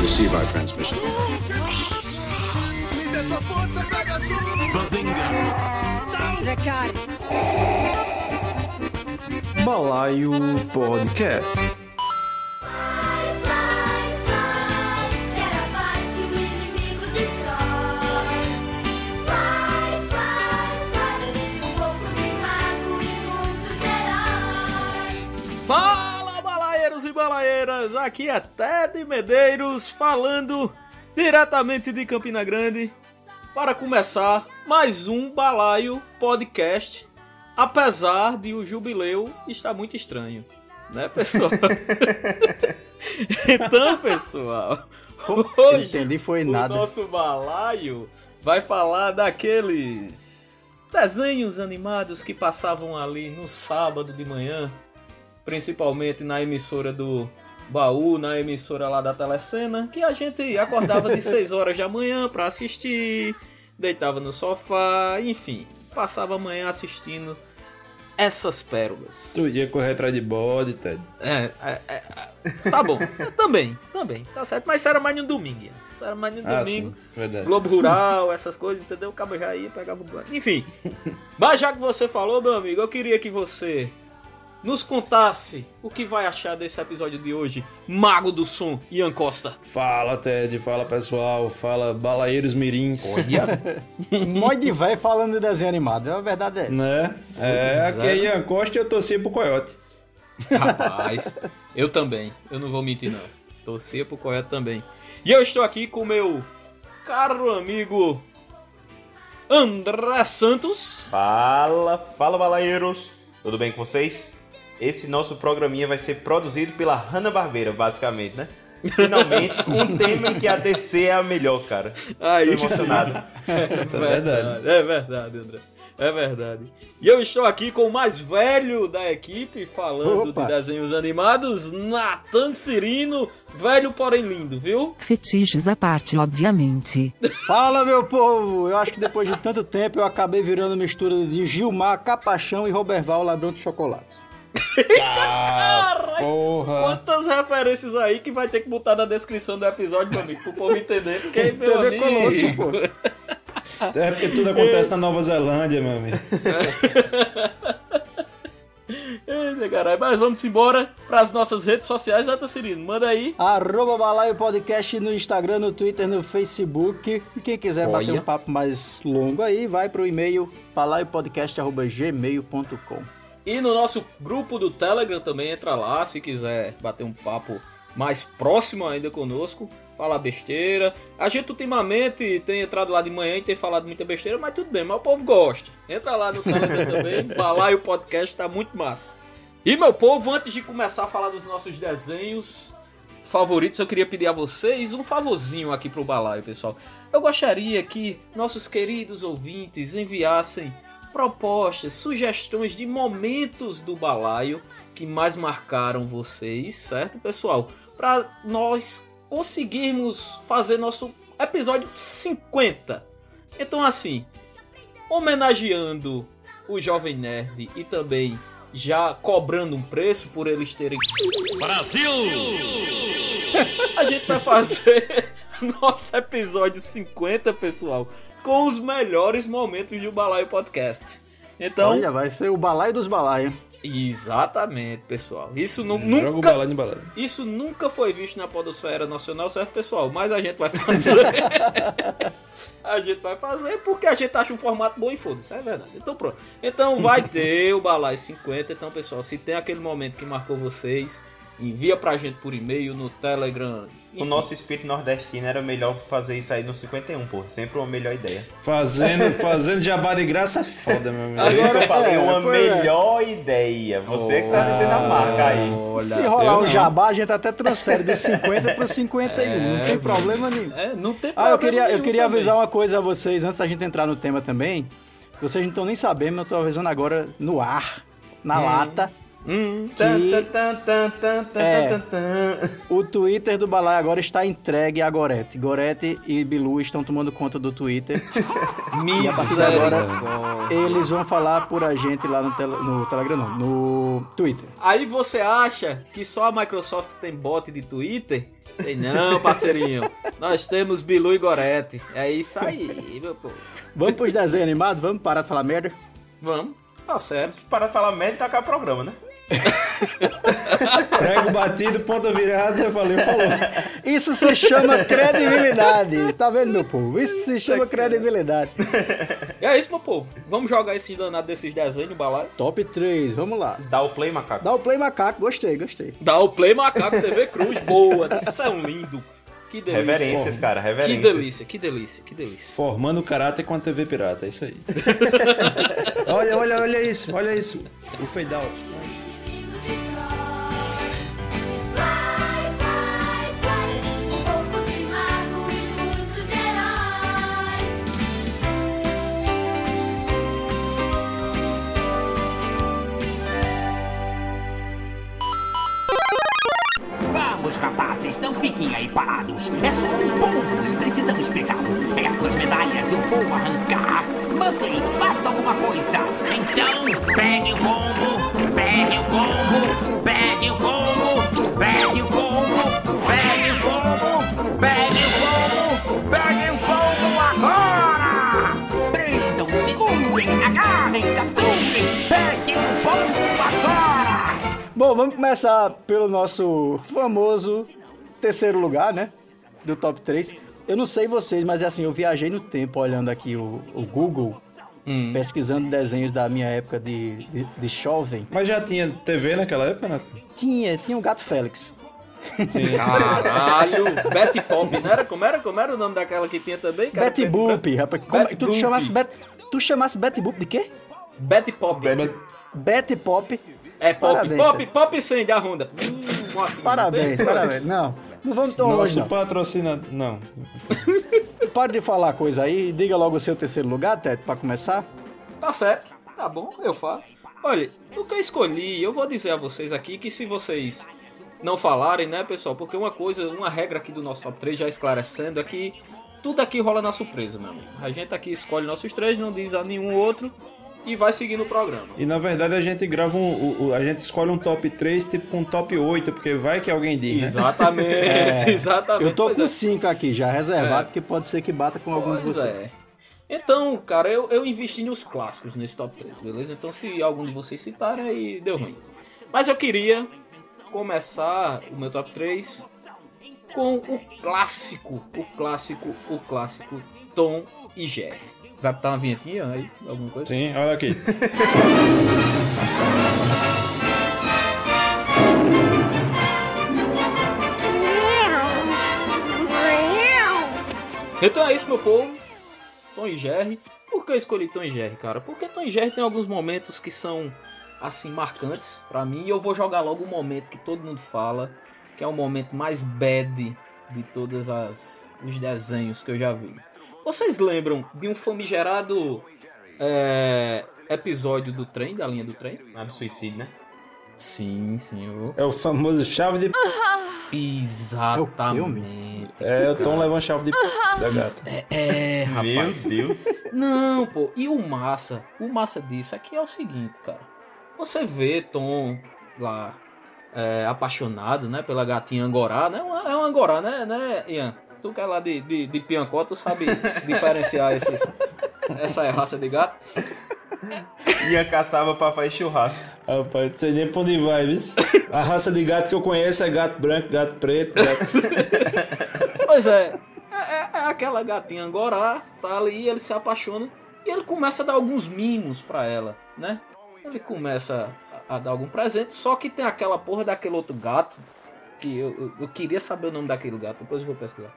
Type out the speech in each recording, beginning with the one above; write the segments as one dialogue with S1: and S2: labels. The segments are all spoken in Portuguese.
S1: Receive our transmission.
S2: Me dê essa força, Pegasus!
S3: Dracarys.
S4: Balaio Podcast.
S5: Vai, vai, quero a paz que o inimigo destrói. Vai, vai, vai, um pouco de mago e muito de herói.
S6: Fala, balaeiros e balaeiras! Aqui é Ted Medeiros falando diretamente de Campina Grande para começar mais um Balaio Podcast, apesar de o jubileu estar muito estranho, né, pessoal? então, pessoal, hoje
S7: Entendi, foi
S6: o
S7: nada.
S6: nosso balaio vai falar daqueles desenhos animados que passavam ali no sábado de manhã, principalmente na emissora do Baú, na emissora lá da Telecena, que a gente acordava de 6 horas da manhã pra assistir, deitava no sofá, enfim, passava a manhã assistindo essas pérolas.
S4: Tu ia correr atrás de bode, Ted.
S6: É, é, é, é, tá bom, também, também, tá certo, mas isso era mais no domingo, isso era mais no
S4: Ah,
S6: domingo.
S4: sim. Verdade.
S6: Globo Rural, essas coisas, entendeu? O cabo já ia, pegava o banco. Enfim. Mas já que você falou, meu amigo, eu queria que você nos contasse o que vai achar desse episódio de hoje. Mago do Som, Ian Costa.
S4: Fala, Ted. Fala, pessoal. Fala, balaeiros mirins.
S7: Um monte de velho falando de desenho animado. A verdade é essa.
S4: Né? É,
S6: Pois
S4: aqui
S6: é.
S4: é Ian Costa e eu torci pro Coyote.
S6: Rapaz, eu também. Eu não vou mentir, não. Torcia pro Coyote também. E eu estou aqui com meu caro amigo André Santos.
S8: Fala, fala balaeiros! Tudo bem com vocês? Esse nosso programinha vai ser produzido pela Hanna-Barbeira, basicamente, né? Finalmente, um tema em que a DC é a melhor, cara.
S6: Aí,
S8: Tô emocionado.
S4: é verdade.
S6: Ah, É verdade, André. É verdade. E eu estou aqui com o mais velho da equipe, falando
S7: Opa.
S6: de desenhos animados, Nathan Cirino, velho porém lindo, viu?
S9: Fetiches à parte, obviamente.
S7: Fala, meu povo! Eu acho que depois de tanto tempo eu acabei virando mistura de Gilmar, Capachão e Roberval, Ladrão de Chocolates.
S6: Caralho!
S4: Porra.
S6: Quantas referências aí que vai ter que botar na descrição do episódio, meu amigo, pro povo entender, porque, meu
S7: TV
S6: amigo...
S7: Colosso, pô.
S4: É porque tudo acontece na Nova Zelândia, meu amigo.
S6: Eita, caralho, mas vamos embora pras nossas redes sociais, Nathan Cirino, manda aí.
S7: Arroba Balaio Podcast no Instagram, no Twitter, no Facebook. E quem quiser bater um papo mais longo aí, vai pro e-mail balaiopodcast.gmail.com.
S6: E no nosso grupo do Telegram também entra lá se quiser bater um papo mais próximo ainda conosco, falar besteira. A gente ultimamente tem entrado lá de manhã e tem falado muita besteira, mas tudo bem, mas o povo gosta. Entra lá no Telegram também, falar e o podcast tá muito massa. E meu povo, antes de começar a falar dos nossos desenhos favoritos, eu queria pedir a vocês um favorzinho aqui pro balaio, pessoal. Eu gostaria que nossos queridos ouvintes enviassem propostas, sugestões de momentos do balaio que mais marcaram vocês, certo, pessoal? Para nós conseguirmos fazer nosso episódio 50. Então, assim, homenageando o Jovem Nerd e também já cobrando um preço por eles terem. Brasil! A gente vai fazer nosso episódio 50, pessoal, com os melhores momentos do Balaio Podcast. Então,
S7: Olha, vai ser o balaio dos balaios.
S6: Exatamente, pessoal. Isso nu-
S4: Jogo
S6: nunca,
S4: balada em balada.
S6: isso nunca foi visto na podosfera nacional, certo, pessoal? Mas a gente vai fazer. a gente vai fazer porque a gente acha um formato bom e foda-se, é verdade. Então pronto. Então vai ter o Balai 50. Então, pessoal, se tem aquele momento que marcou vocês, envia pra gente por e-mail, no Telegram.
S8: O nosso espírito nordestino era melhor fazer isso aí no 51, porra. Sempre uma melhor ideia.
S4: Fazendo, fazendo jabá de graça é foda, meu amigo.
S8: É isso que eu falei,
S7: é,
S8: uma
S7: pois é.
S8: melhor ideia. Você que tá dizendo a marca aí.
S6: Olha,
S7: Se rolar
S4: não.
S7: um jabá, a gente até transfere de 50 pro 51. não
S6: É,
S7: tem problema nenhum.
S6: É, não tem
S7: Ah,
S6: problema
S7: eu queria, eu
S6: nenhum
S7: queria
S6: também.
S7: avisar uma coisa a vocês antes da gente entrar no tema também. Vocês não estão nem sabendo, mas eu tô avisando agora no ar, na lata.
S6: Hum.
S8: Tan,
S7: Que-
S8: tan, tan, tan, tan, tan,
S7: É.
S8: tan, tan.
S7: O Twitter do Balai agora está entregue a Gorete. Gorete e Bilu estão tomando conta do Twitter.
S6: Misericórdia.
S7: Eles vão falar por a gente lá no, tele- no Telegram, não, no Twitter.
S6: Aí você acha que só a Microsoft tem bot de Twitter? Tem não, parceirinho. Nós temos Bilu e Gorete. É isso aí, meu povo.
S7: Vamos pros desenhos animados? Vamos parar de falar merda?
S6: Vamos, tá certo.
S8: Se parar de falar merda, tacar o programa, né?
S4: Prego batido, ponta virada, valeu, falou.
S7: Isso se chama credibilidade. Tá vendo, meu povo? Isso se chama credibilidade.
S6: É isso, meu povo. Vamos jogar esses danados desses desenhos, balaio.
S7: Top 3, vamos lá.
S8: Dá o play, macaco.
S7: Dá o play macaco, gostei, gostei.
S6: Dá o play Macaco TV Cruz. Boa, são lindo. Que delícia.
S8: Reverências, cara,
S6: Que
S8: reverências.
S6: delícia, que delícia, que delícia.
S4: Formando o caráter com a TV pirata, é isso aí. olha, olha, olha isso, olha isso. O fade out.
S5: inimigo destrói. Vai, vai, vai, um pouco de mago e muito de herói.
S1: Vamos, rapazes, não fiquem aí parados. É só um pombo e precisamos pegá-lo. Essas medalhas eu vou arrancar. Mantley, faça alguma coisa. Então, pegue o pombo, pegue o pombo, pegue o pombo, pegue o pombo, pegue o pombo, pegue o pombo, pegue o pombo agora! Prendam, segurem, agarrem, capturem, peguem o pombo agora!
S7: Bom, vamos começar pelo nosso famoso terceiro lugar, né? Do top 3. Eu não sei vocês, mas é assim, eu viajei no tempo olhando aqui o, o Google,
S6: Hum.
S7: pesquisando desenhos da minha época de, de, de jovem.
S4: Mas já tinha TV naquela época, Nath?
S7: Tinha, tinha o Gato Félix.
S4: Sim.
S6: Tá Caralho, Betty Pop, não era? Como era, como era o nome daquela que tinha também? cara?
S7: Betty Boop, rapaz. Como, é
S6: Betty
S7: tu
S6: Boop.
S7: chamasse Bet, tu chamasse Betty Boop de quê?
S6: Betty Pop.
S7: Betty Pop.
S6: É Pop.
S7: Parabéns,
S6: pop,
S7: cara.
S6: Pop sem da Honda. Hum, ótimo.
S7: Parabéns, parabéns. Não, não vamos tão longe,
S4: Nosso
S7: não.
S4: patrocinador. Não.
S7: Pare de falar coisa aí e diga logo o seu terceiro lugar, Teto, pra começar.
S6: Tá certo, tá bom, eu falo. Olha, o que eu escolhi, eu vou dizer a vocês aqui que se vocês não falarem, né, pessoal? Porque uma coisa, uma regra aqui do nosso top 3, já esclarecendo, é que tudo aqui rola na surpresa, meu amigo. A gente aqui escolhe nossos três, não diz a nenhum outro e vai seguindo o programa.
S4: E na verdade a gente grava um. o- o- a gente escolhe um top 3, tipo com um top 8, porque vai que alguém diz, né?
S6: Exatamente,
S7: É,
S6: exatamente.
S7: Eu tô
S6: Pois
S7: com
S6: é.
S7: cinco aqui já, reservado, porque pode ser que bata com algum de
S6: Pois
S7: vocês.
S6: é. Então, cara, eu, eu investi nos clássicos nesse top 3, beleza? Então, se algum de vocês citarem, aí deu ruim. Mas eu queria começar o meu top 3 com o clássico, o clássico, o clássico Tom e Jerry. Vai botar uma vinhetinha aí? Alguma coisa?
S4: Sim, olha aqui.
S6: Então é isso, meu povo. Tom e Jerry. Por que eu escolhi Tom e Jerry, cara? Porque Tom e Jerry tem alguns momentos que são, assim, marcantes pra mim. E eu vou jogar logo o momento que todo mundo fala, que é o momento mais bad de todos os desenhos que eu já vi. Vocês lembram de um famigerado é, episódio do trem, da linha do trem?
S8: Nada de suicídio, né?
S6: Sim, senhor.
S4: É o famoso chave de. p****.
S6: Exatamente.
S4: É, o Tom levando chave de. p****. da gata.
S6: É, rapaz.
S8: Meu Deus.
S6: Não, pô. E o massa, o massa disso aqui é o seguinte, cara. Você vê Tom lá é, apaixonado, né, pela gatinha Angorá, né? Uma- É um Angorá, né, né, Ian? Tu que é lá de, de, de Piancó, tu sabe diferenciar esses, essa raça de gato.
S8: Ia caçava pra fazer churrasco.
S4: Rapaz, não sei nem pra onde vai, viu? A raça de gato que eu conheço é gato branco, gato preto, gato.
S6: Pois é, é, é- é aquela gatinha Angorá, tá ali, ele se apaixona e ele começa a dar alguns mimos pra ela, né? Ele começa a, a dar algum presente, só que tem aquela porra daquele outro gato, que eu, eu, eu queria saber o nome daquele gato, depois eu vou pesquisar.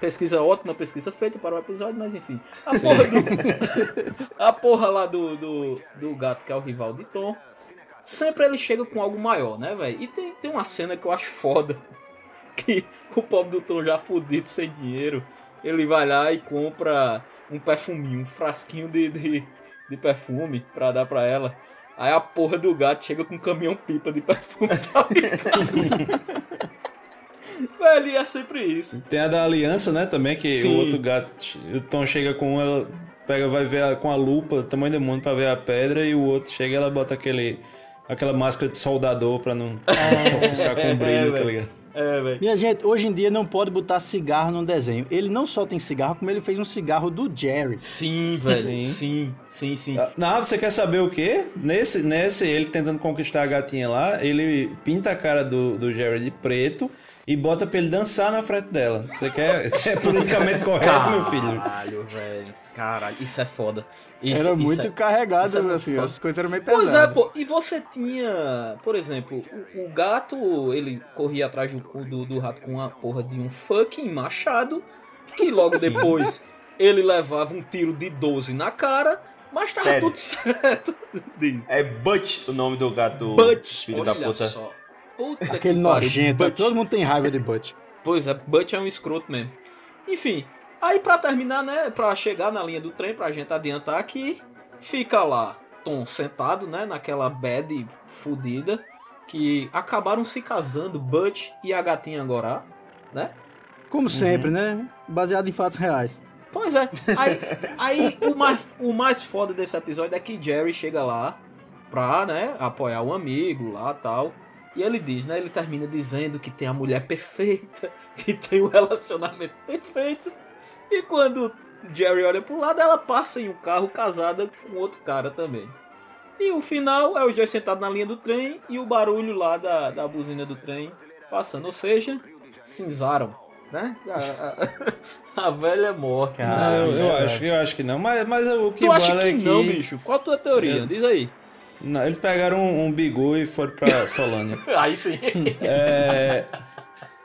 S6: Pesquisa ótima, pesquisa feita para o episódio, mas enfim. A porra, do- a porra lá do, do, do gato que é o rival de Tom. Sempre ele chega com algo maior, né, velho? E tem, tem uma cena que eu acho foda. Que o pobre do Tom já fudido sem dinheiro, ele vai lá e compra um perfuminho, um frasquinho de, de, de perfume pra dar pra ela. Aí a porra do gato chega com um caminhão-pipa de perfume tá ligado? Velho, e é sempre isso.
S4: Tem a da aliança, né? Também, que
S6: Sim.
S4: o outro gato. O Tom chega com um, ela pega, vai ver a- com a lupa, tamanho do mundo, pra ver a pedra, e o outro chega e ela bota aquele. Aquela máscara de soldador pra não se ofuscar com o brilho, tá
S6: É. velho.
S4: ligado?
S6: É, velho.
S7: Minha gente, hoje em dia não pode botar cigarro num desenho. Ele não só tem cigarro, como ele fez um cigarro do Jerry.
S6: Sim, velho. Sim,
S4: Sim.
S6: sim, sim. sim.
S4: Ah, Não, você quer saber o quê? Nesse, nesse, ele tentando conquistar a gatinha lá, ele pinta a cara do, do Jerry de preto e bota pra ele dançar na frente dela. Você quer? É politicamente
S6: Tá.
S4: correto, meu filho?
S6: Caralho, velho. Caralho, isso é foda. Isso,
S7: Era
S6: isso
S7: muito
S6: é-
S7: carregado,
S6: isso é
S7: assim,
S6: foda.
S7: as coisas eram meio pesadas.
S6: Pois é, pô. E você tinha, por exemplo, o, o gato, ele corria atrás do, cu do, do rato com uma porra de um fucking machado, que logo depois ele levava um tiro de 12 na cara, mas tava
S8: Sério?
S6: tudo certo. Diz.
S8: É Butch o nome do gato.
S6: Butch,
S8: filho
S6: olha
S8: da puta.
S6: só. Puta que
S7: Aquele
S6: pariu,
S7: nojento.
S6: Butch.
S7: Todo mundo tem raiva de Butch.
S6: Pois é, Butch é um escroto mesmo. Enfim, aí pra terminar, né, pra chegar na linha do trem, pra gente adiantar aqui, fica lá Tom sentado, né, naquela bad fudida, que acabaram se casando, Butch e a gatinha Gorá, né?
S7: Como sempre, né? Baseado em fatos reais.
S6: Pois é, aí, aí o, mais, o mais foda desse episódio é que Jerry chega lá pra, né, apoiar um amigo lá tal. E ele diz, né? Ele termina dizendo que tem a mulher perfeita, que tem o relacionamento perfeito. E quando Jerry olha pro lado, ela passa em um carro casada com outro cara também. E o final é os dois sentados na linha do trem e o barulho lá da, da buzina do trem passando. Ou seja, cinzaram, né? A, a- a velha morte.
S4: Não, eu, eu acho, eu acho que não. Mas, mas o que
S6: Tu acha
S4: vale
S6: que
S4: é que.
S6: não, bicho? Qual a tua teoria?
S8: É.
S4: Eu-
S6: Diz aí.
S4: Não, eles pegaram um, um bigu e foram pra Solânia.
S6: Aí sim.
S4: É,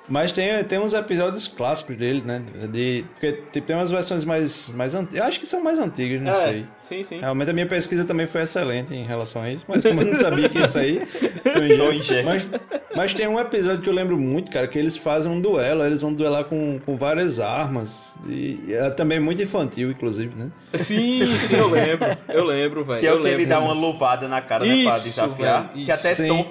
S4: mas tem, tem uns episódios clássicos dele, né? De, porque tipo, tem umas versões mais, mais antigas. Eu acho que são mais antigas, não
S6: É,
S4: sei.
S6: Sim, sim.
S4: Realmente a minha pesquisa também foi excelente em relação a isso, mas como eu não sabia que ia sair, tô em
S8: Tô
S4: jeito.
S8: em jeito.
S4: mas, mas tem um episódio que eu lembro muito, cara, que eles fazem um duelo, eles vão duelar com, com várias armas. E, e é também muito infantil, inclusive, né?
S6: Sim, sim, eu lembro. Eu lembro, velho.
S8: Que é
S6: eu
S8: o que ele
S6: lembro.
S8: dá uma louvada na cara, né? Pra
S6: Isso,
S8: desafiar.
S6: velho,
S8: que
S6: isso.
S8: até
S4: Sim.
S8: Tom,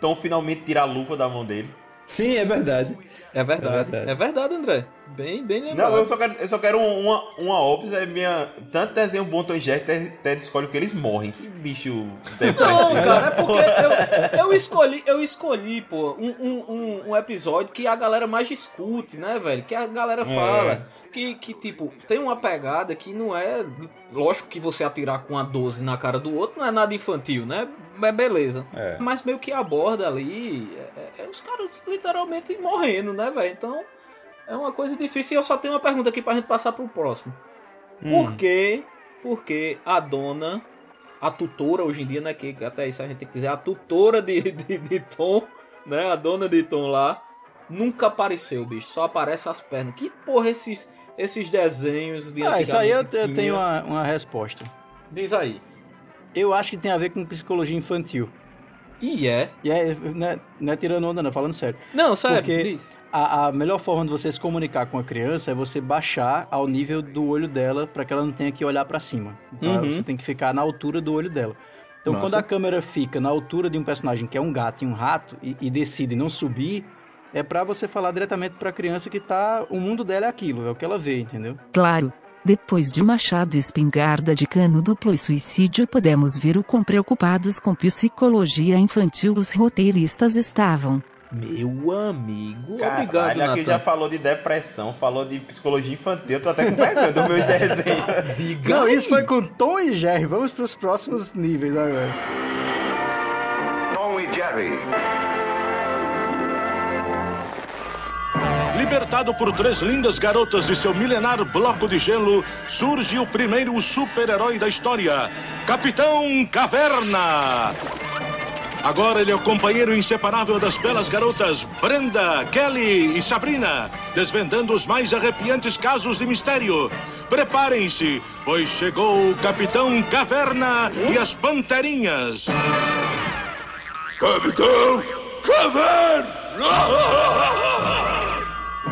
S8: Tom finalmente tira a luva da mão dele.
S4: Sim, é verdade.
S6: É
S4: É
S6: verdade.
S4: verdade.
S6: É verdade, André. Bem, bem lembrado.
S8: Não, eu só quero, eu só quero um- uma, uma óbvio, é minha. Tanto desenho bom Tom e Jerry, até, até escolhe que eles morrem. Que bicho
S6: Não,
S8: depressivo.
S6: cara, é porque eu, eu escolhi, eu escolhi, pô, um, um, um, um episódio que a galera mais discute, né, velho? Que a
S4: É.
S6: galera fala. Que, que, tipo, tem uma pegada que não é. Lógico que você atirar com a 12 na cara do outro não é nada infantil, né? Mas beleza.
S4: É.
S6: Mas meio que aborda ali. É, é- é os caras literalmente morrendo, né, velho? Então. É uma coisa difícil e eu só tenho uma pergunta aqui pra gente passar pro próximo.
S7: Hum.
S6: Por quê? Porque a dona, a tutora hoje em dia, né? Que até isso a gente tem que dizer, a tutora de, de, de Tom, né? A dona de Tom lá, nunca apareceu, bicho. Só aparece as pernas. Que porra esses, esses desenhos de
S7: Ah, isso aí eu,
S6: antigamente
S7: eu
S6: tinha?
S7: tenho uma, uma resposta.
S6: Diz aí.
S7: Eu acho que tem a ver com psicologia infantil.
S6: E é.
S7: E é, né, não é tirando onda, não, falando sério.
S6: Não, sério,
S7: Porque-
S6: diz.
S7: A, a melhor forma de você se comunicar com a criança é você baixar ao nível do olho dela para que ela não tenha que olhar para cima. Então
S6: Uhum.
S7: você tem que ficar na altura do olho dela. Então
S6: Nossa.
S7: quando a câmera fica na altura de um personagem que é um gato e um rato e, e decide não subir, é para você falar diretamente para a criança que tá o mundo dela é aquilo, é o que ela vê, entendeu?
S9: Claro, depois de machado e espingarda de cano duplo e suicídio, podemos ver o quão preocupados com psicologia infantil os roteiristas estavam.
S6: Meu amigo. Obrigado,
S8: Caralho, aqui
S6: Natan.
S8: já falou de depressão, falou de psicologia infantil, eu tô até com vergonha do meu desenho.
S6: Diga
S7: Não,
S6: aí.
S7: isso foi com Tom e Jerry. Vamos para os próximos níveis agora.
S3: Tom e Jerry.
S10: Libertado por três lindas garotas de seu milenar bloco de gelo, surge o primeiro super-herói da história, Capitão Caverna. Agora ele é o companheiro inseparável das belas garotas Brenda, Kelly e Sabrina, desvendando os mais arrepiantes casos de mistério. Preparem-se, pois chegou o Capitão Caverna e as Panterinhas. Capitão Caverna!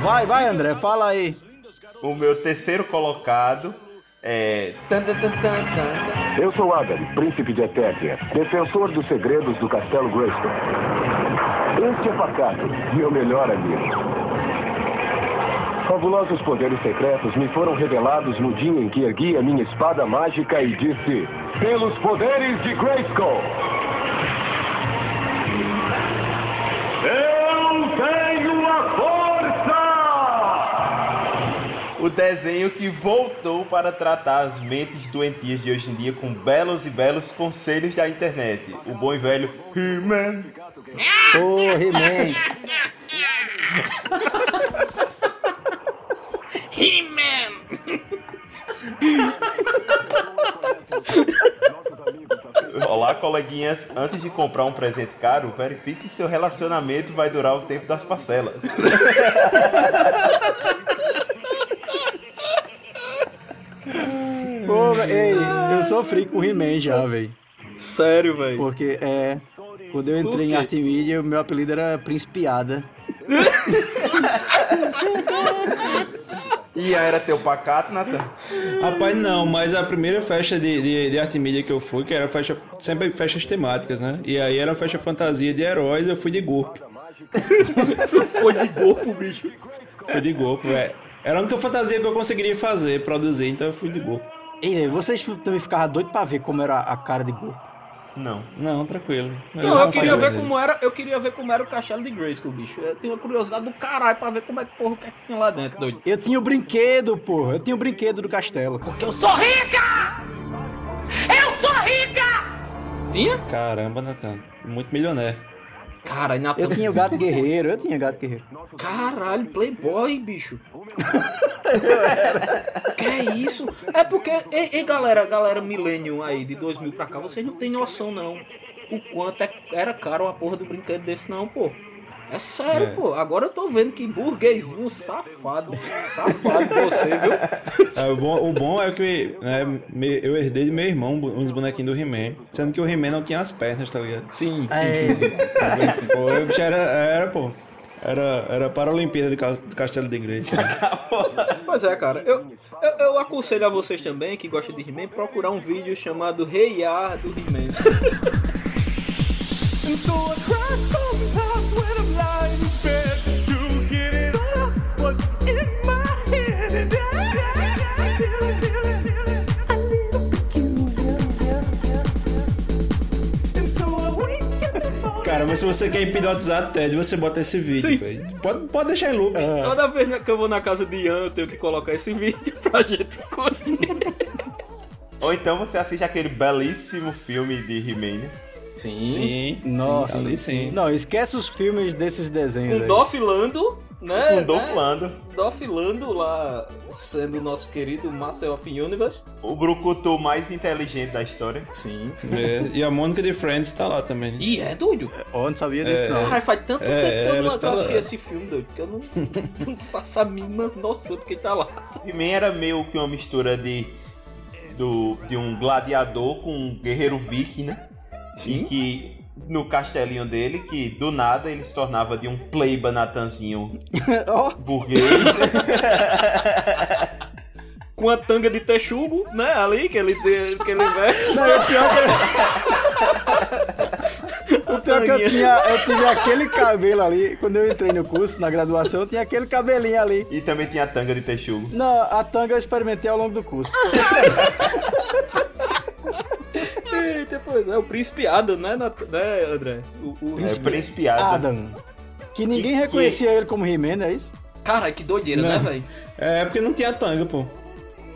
S7: Vai, vai, André, fala aí.
S8: O meu terceiro colocado É... tan, tan, tan, tan, tan, tan.
S3: Eu sou Agari, príncipe de Etéria, defensor dos segredos do Castelo Greystone. Este é Pacato, meu melhor amigo. Fabulosos poderes secretos me foram revelados no dia em que ergui a minha espada mágica e disse: Pelos poderes de Grayskull! Eu tenho a força!
S8: O desenho que voltou para tratar as mentes doentias de hoje em dia com belos e belos conselhos da internet. O bom e velho He-Man.
S7: Ô, He-Man.
S8: Olá, coleguinhas. Antes de comprar um presente caro, verifique se seu relacionamento vai durar o tempo das parcelas.
S7: Pô, véi, ei, eu sofri com o He-Man já, velho.
S6: Sério, velho.
S7: Porque é. Quando eu entrei em
S6: quê?
S7: arte mídia, o meu apelido era Principiada.
S8: E aí era teu pacato, Natan?
S4: Rapaz, não, mas a primeira festa de, de, de arte mídia que eu fui, que era festa, sempre festas temáticas, né? E aí era festa fantasia de heróis, eu fui de golpe.
S6: Foi de golpe, bicho.
S4: Fui de golpe, velho. Era a única fantasia que eu conseguiria fazer, produzir, então eu fui de golpe.
S7: Ei, véi, vocês também ficavam doidos pra ver como era a cara de gol.
S8: Não.
S4: Não, tranquilo.
S6: Não, eu queria
S4: fazia
S6: ver
S4: mais
S6: como era, eu queria ver como era o castelo de Grayskull, bicho. Eu tenho uma curiosidade do caralho pra ver como é que porra o que é que tem lá dentro, doido.
S7: Eu tinha o brinquedo, porra. Eu tinha o brinquedo do castelo.
S1: Porque eu sou rica! Eu sou rica!
S6: Tinha?
S4: isso. Caramba, Natan. Muito milionário.
S6: Caralho, Natan.
S7: Eu tinha o gato guerreiro, eu tinha gato guerreiro.
S6: Caralho, Playboy, bicho. que é isso? É porque, ei, ei, galera, galera Millennium aí, de 2000 pra cá, vocês não tem noção, não. O quanto é- era caro uma porra do brinquedo desse, não, pô. É sério,
S4: É.
S6: pô. Agora eu tô vendo que burguesinho safado. Safado você, viu?
S4: Ah, o, bom, o bom é que né, me- eu herdei de meu irmão um uns bonequinhos do He-Man. Sendo que o He-Man não tinha as pernas, tá ligado?
S6: Sim, sim,
S7: É.
S6: sim, sim, sim.
S4: Pô, eu bicho, era, era, pô. Era, era para a Olimpíada de Cas- do Castelo de Igreja.
S6: Pois é, cara. Eu, eu, eu aconselho a vocês também, que gostam de He-Man, procurar um vídeo chamado Rei Ar do He-Man.
S2: And so I cry sometimes when I'm lying in bed just to get it all out what's in my head. And I, I feel it, feel it, feel it, a little peculiar. And so I wake up in the morning.
S4: Cara, mas se você quer hipnotizar Ted, você bota esse vídeo, velho. Pode, pode deixar em loop. Ah,
S6: Toda vez que eu vou na casa de Ian, eu tenho que colocar esse vídeo pra gente curtir.
S8: Ou então você assiste aquele belíssimo filme de He-Man, né?
S6: Sim.
S4: Sim.
S7: Nossa.
S4: Ali sim.
S7: Não, esquece os filmes desses desenhos
S6: Com
S7: aí.
S6: Dolph Lando, né?
S8: Com Dolph
S6: né?
S8: Lando,
S6: Dolph Lando lá sendo o nosso querido Master of Universe.
S8: o brucutu mais inteligente da história.
S6: Sim.
S4: É, e a Mônica de Friends tá lá também. né?
S6: E é doido.
S7: Ó, não sabia disso, não.
S6: Caralho, faz tanto
S4: É,
S6: tempo que eu
S4: ela
S6: não
S4: está
S6: assisti
S4: lá.
S6: esse filme, doido, que eu não, não faço a mínima noção de quem tá lá.
S8: He-Man era meio que uma mistura de, do, de um gladiador com um guerreiro viking, né? E que no castelinho dele, que do nada ele se tornava de um pleiba natanzinho
S7: Ó,
S8: burguês.
S6: Com a tanga de texugo, né? Ali, que ele, que ele veste.
S7: não, e o pior que eu... O pior é que eu tinha, eu tinha aquele cabelo ali, quando eu entrei no curso, na graduação, eu tinha aquele cabelinho ali.
S8: e também tinha a tanga de texugo.
S7: Não, a tanga eu experimentei ao longo do curso.
S6: Eita, pois é, o príncipe Adam, né, Nat- né André? O, o
S8: É principiada.
S7: Adam. Que ninguém
S8: Que-
S7: reconhecia ele como He-Man, é isso?
S6: Caralho, que doideira, né, velho?
S4: É, porque não tinha tanga, pô.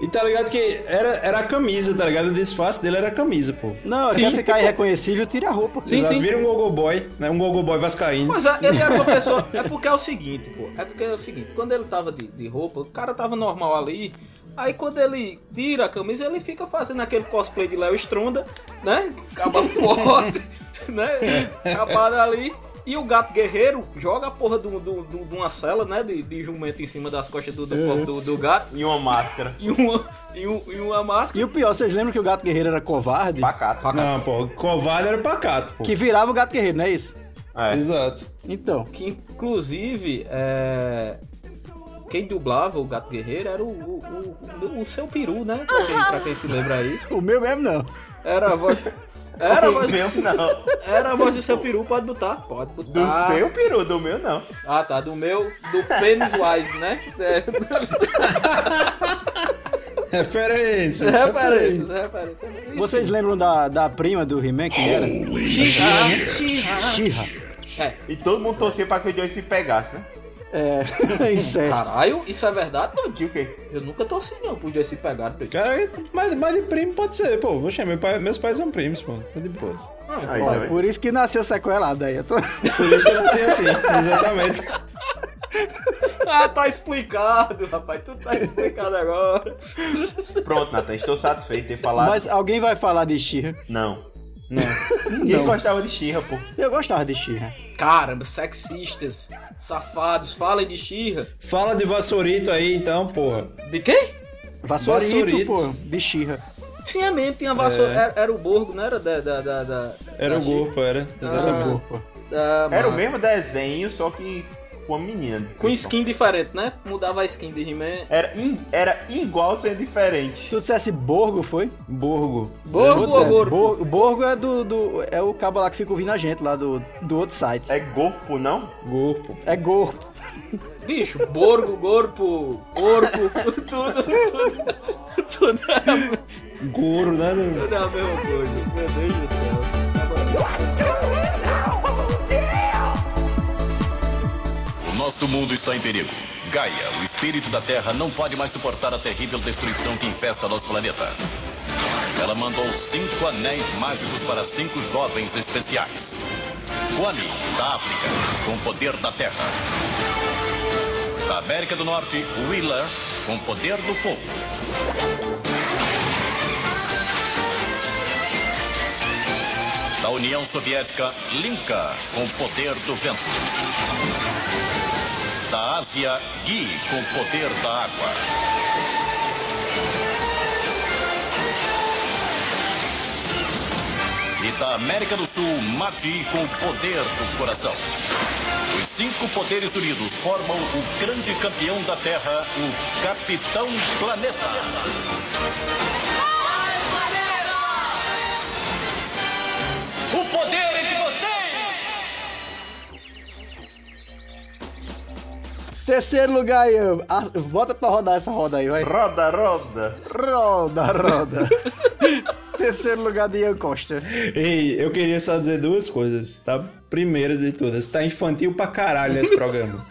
S4: E tá ligado que era, era a camisa, tá ligado? O disfarce dele era a camisa, pô.
S7: Não,
S6: Sim.
S7: quer ficar irreconhecível, tira a roupa.
S6: Sim,
S4: Exato,
S6: sim.
S4: Vira um gogo boy, né? Um gogo boy vascaíno.
S6: Mas é, ele era uma pessoa. É porque é o seguinte, pô. É porque é o seguinte, quando ele tava de, de roupa, o cara tava normal ali. Aí quando ele tira a camisa, ele fica fazendo aquele cosplay de Léo Stronda, né? Caba forte, né? Acabado ali. E o gato guerreiro joga a porra de um- de um- de um- de uma cela, né? De, de jumento em cima das costas do, do, corpo do- do gato.
S8: E uma máscara.
S6: E uma, e um- e uma máscara.
S7: E o pior, vocês lembram que o gato guerreiro era covarde?
S8: Pacato.
S4: Não, pô. Covarde era pacato, pô.
S7: Que virava o gato guerreiro, não é isso?
S8: É.
S4: Exato.
S7: Então,
S6: Que inclusive é. quem dublava o Gato Guerreiro era o, o, o- o seu peru, né? Pra quem, pra quem se lembra aí.
S7: O meu mesmo não.
S6: Era a voz. Era a
S8: Do
S6: voz,
S8: meu não.
S6: era a voz do seu peru, pode botar. Pode botar.
S8: Do seu peru, do meu não.
S6: Ah, tá. Do meu, do Pennywise, né? É,
S4: Referências.
S6: referência, referência.
S7: Vocês lembram da, da prima do He-Man, que era?
S6: Xirra, xirra.
S7: Xirra.
S6: É,
S8: E todo mundo torcia pra que o Joy se pegasse, né?
S7: É, insetos.
S6: Caralho, isso é verdade, mano?
S8: Que o quê?
S6: Eu nunca torci não pros dois se pegarem. doido.
S4: Cara, mas, mas de primo pode ser, pô. Poxa, meu pai- meus pais são primos, pô. Tá de boa.
S6: Ah,
S8: Aí, tá
S7: Olha,
S8: vendo?
S7: por isso que nasceu sequelado aí. Eu tô-
S4: Por isso que eu nasci assim, exatamente.
S6: Ah, tá explicado, rapaz. Tu tá explicado agora.
S8: Pronto, Nathan, estou satisfeito de ter falado.
S7: Mas alguém vai falar de Xirra.
S8: Não.
S4: Não.
S8: Ninguém gostava de Xirra, pô.
S7: Eu gostava de Xirra.
S6: Caramba, sexistas, safados, falem de xirra.
S4: Fala de vassourito aí, então, porra.
S6: De quem?
S7: Vassourito,
S4: Vassourito.
S7: pô. De Xirra.
S6: Sim, é mesmo, tinha vassoura. Era, era o Borgo, não era da. da, da, da
S4: Era
S6: da
S4: o
S6: xirra?
S4: golpe, era. Exatamente.
S7: Pô, pô.
S6: Da,
S8: Era o
S6: massa.
S8: mesmo desenho, só que com a menina. Tipo,
S6: Com skin diferente, né? Mudava a skin de He-Man.
S8: Era, in- era igual sendo diferente.
S7: Tu dissesse Borgo, foi?
S4: Borgo.
S6: Borgo ou
S7: Outro-
S6: É Borgo?
S7: Bor- Borgo é do, do- É o cabo lá que fica ouvindo a gente lá do, do outro site.
S8: É corpo, não?
S4: Gorpo.
S7: É Gorgo.
S6: Bicho, Borgo, Gorpo, Corpo, tudo, tudo. Tudo é a mesma-
S4: Goro, né?
S6: tudo é a mesma coisa. Meu Deus do céu. Agora-
S10: O nosso mundo está em perigo. Gaia, o espírito da Terra, não pode mais suportar a terrível destruição que infesta nosso planeta. Ela mandou cinco anéis mágicos para cinco jovens especiais. Kwame, da África, com o poder da Terra. Da América do Norte, Wheeler, com o poder do fogo. Da União Soviética, Linka, com o poder do vento. Da Ásia, Gui, com o poder da água. E da América do Sul, Mati, com o poder do coração. Os cinco poderes unidos formam o grande campeão da Terra, o Capitão Planeta. O poder é de vocês!
S7: Terceiro lugar aí. ó. Ah, Bota pra rodar essa roda aí, vai.
S8: Roda, roda.
S7: Roda, roda. Terceiro lugar de Ian Costa.
S4: Ei, eu queria só dizer duas coisas, tá? Primeira de todas, tá infantil pra caralho esse programa.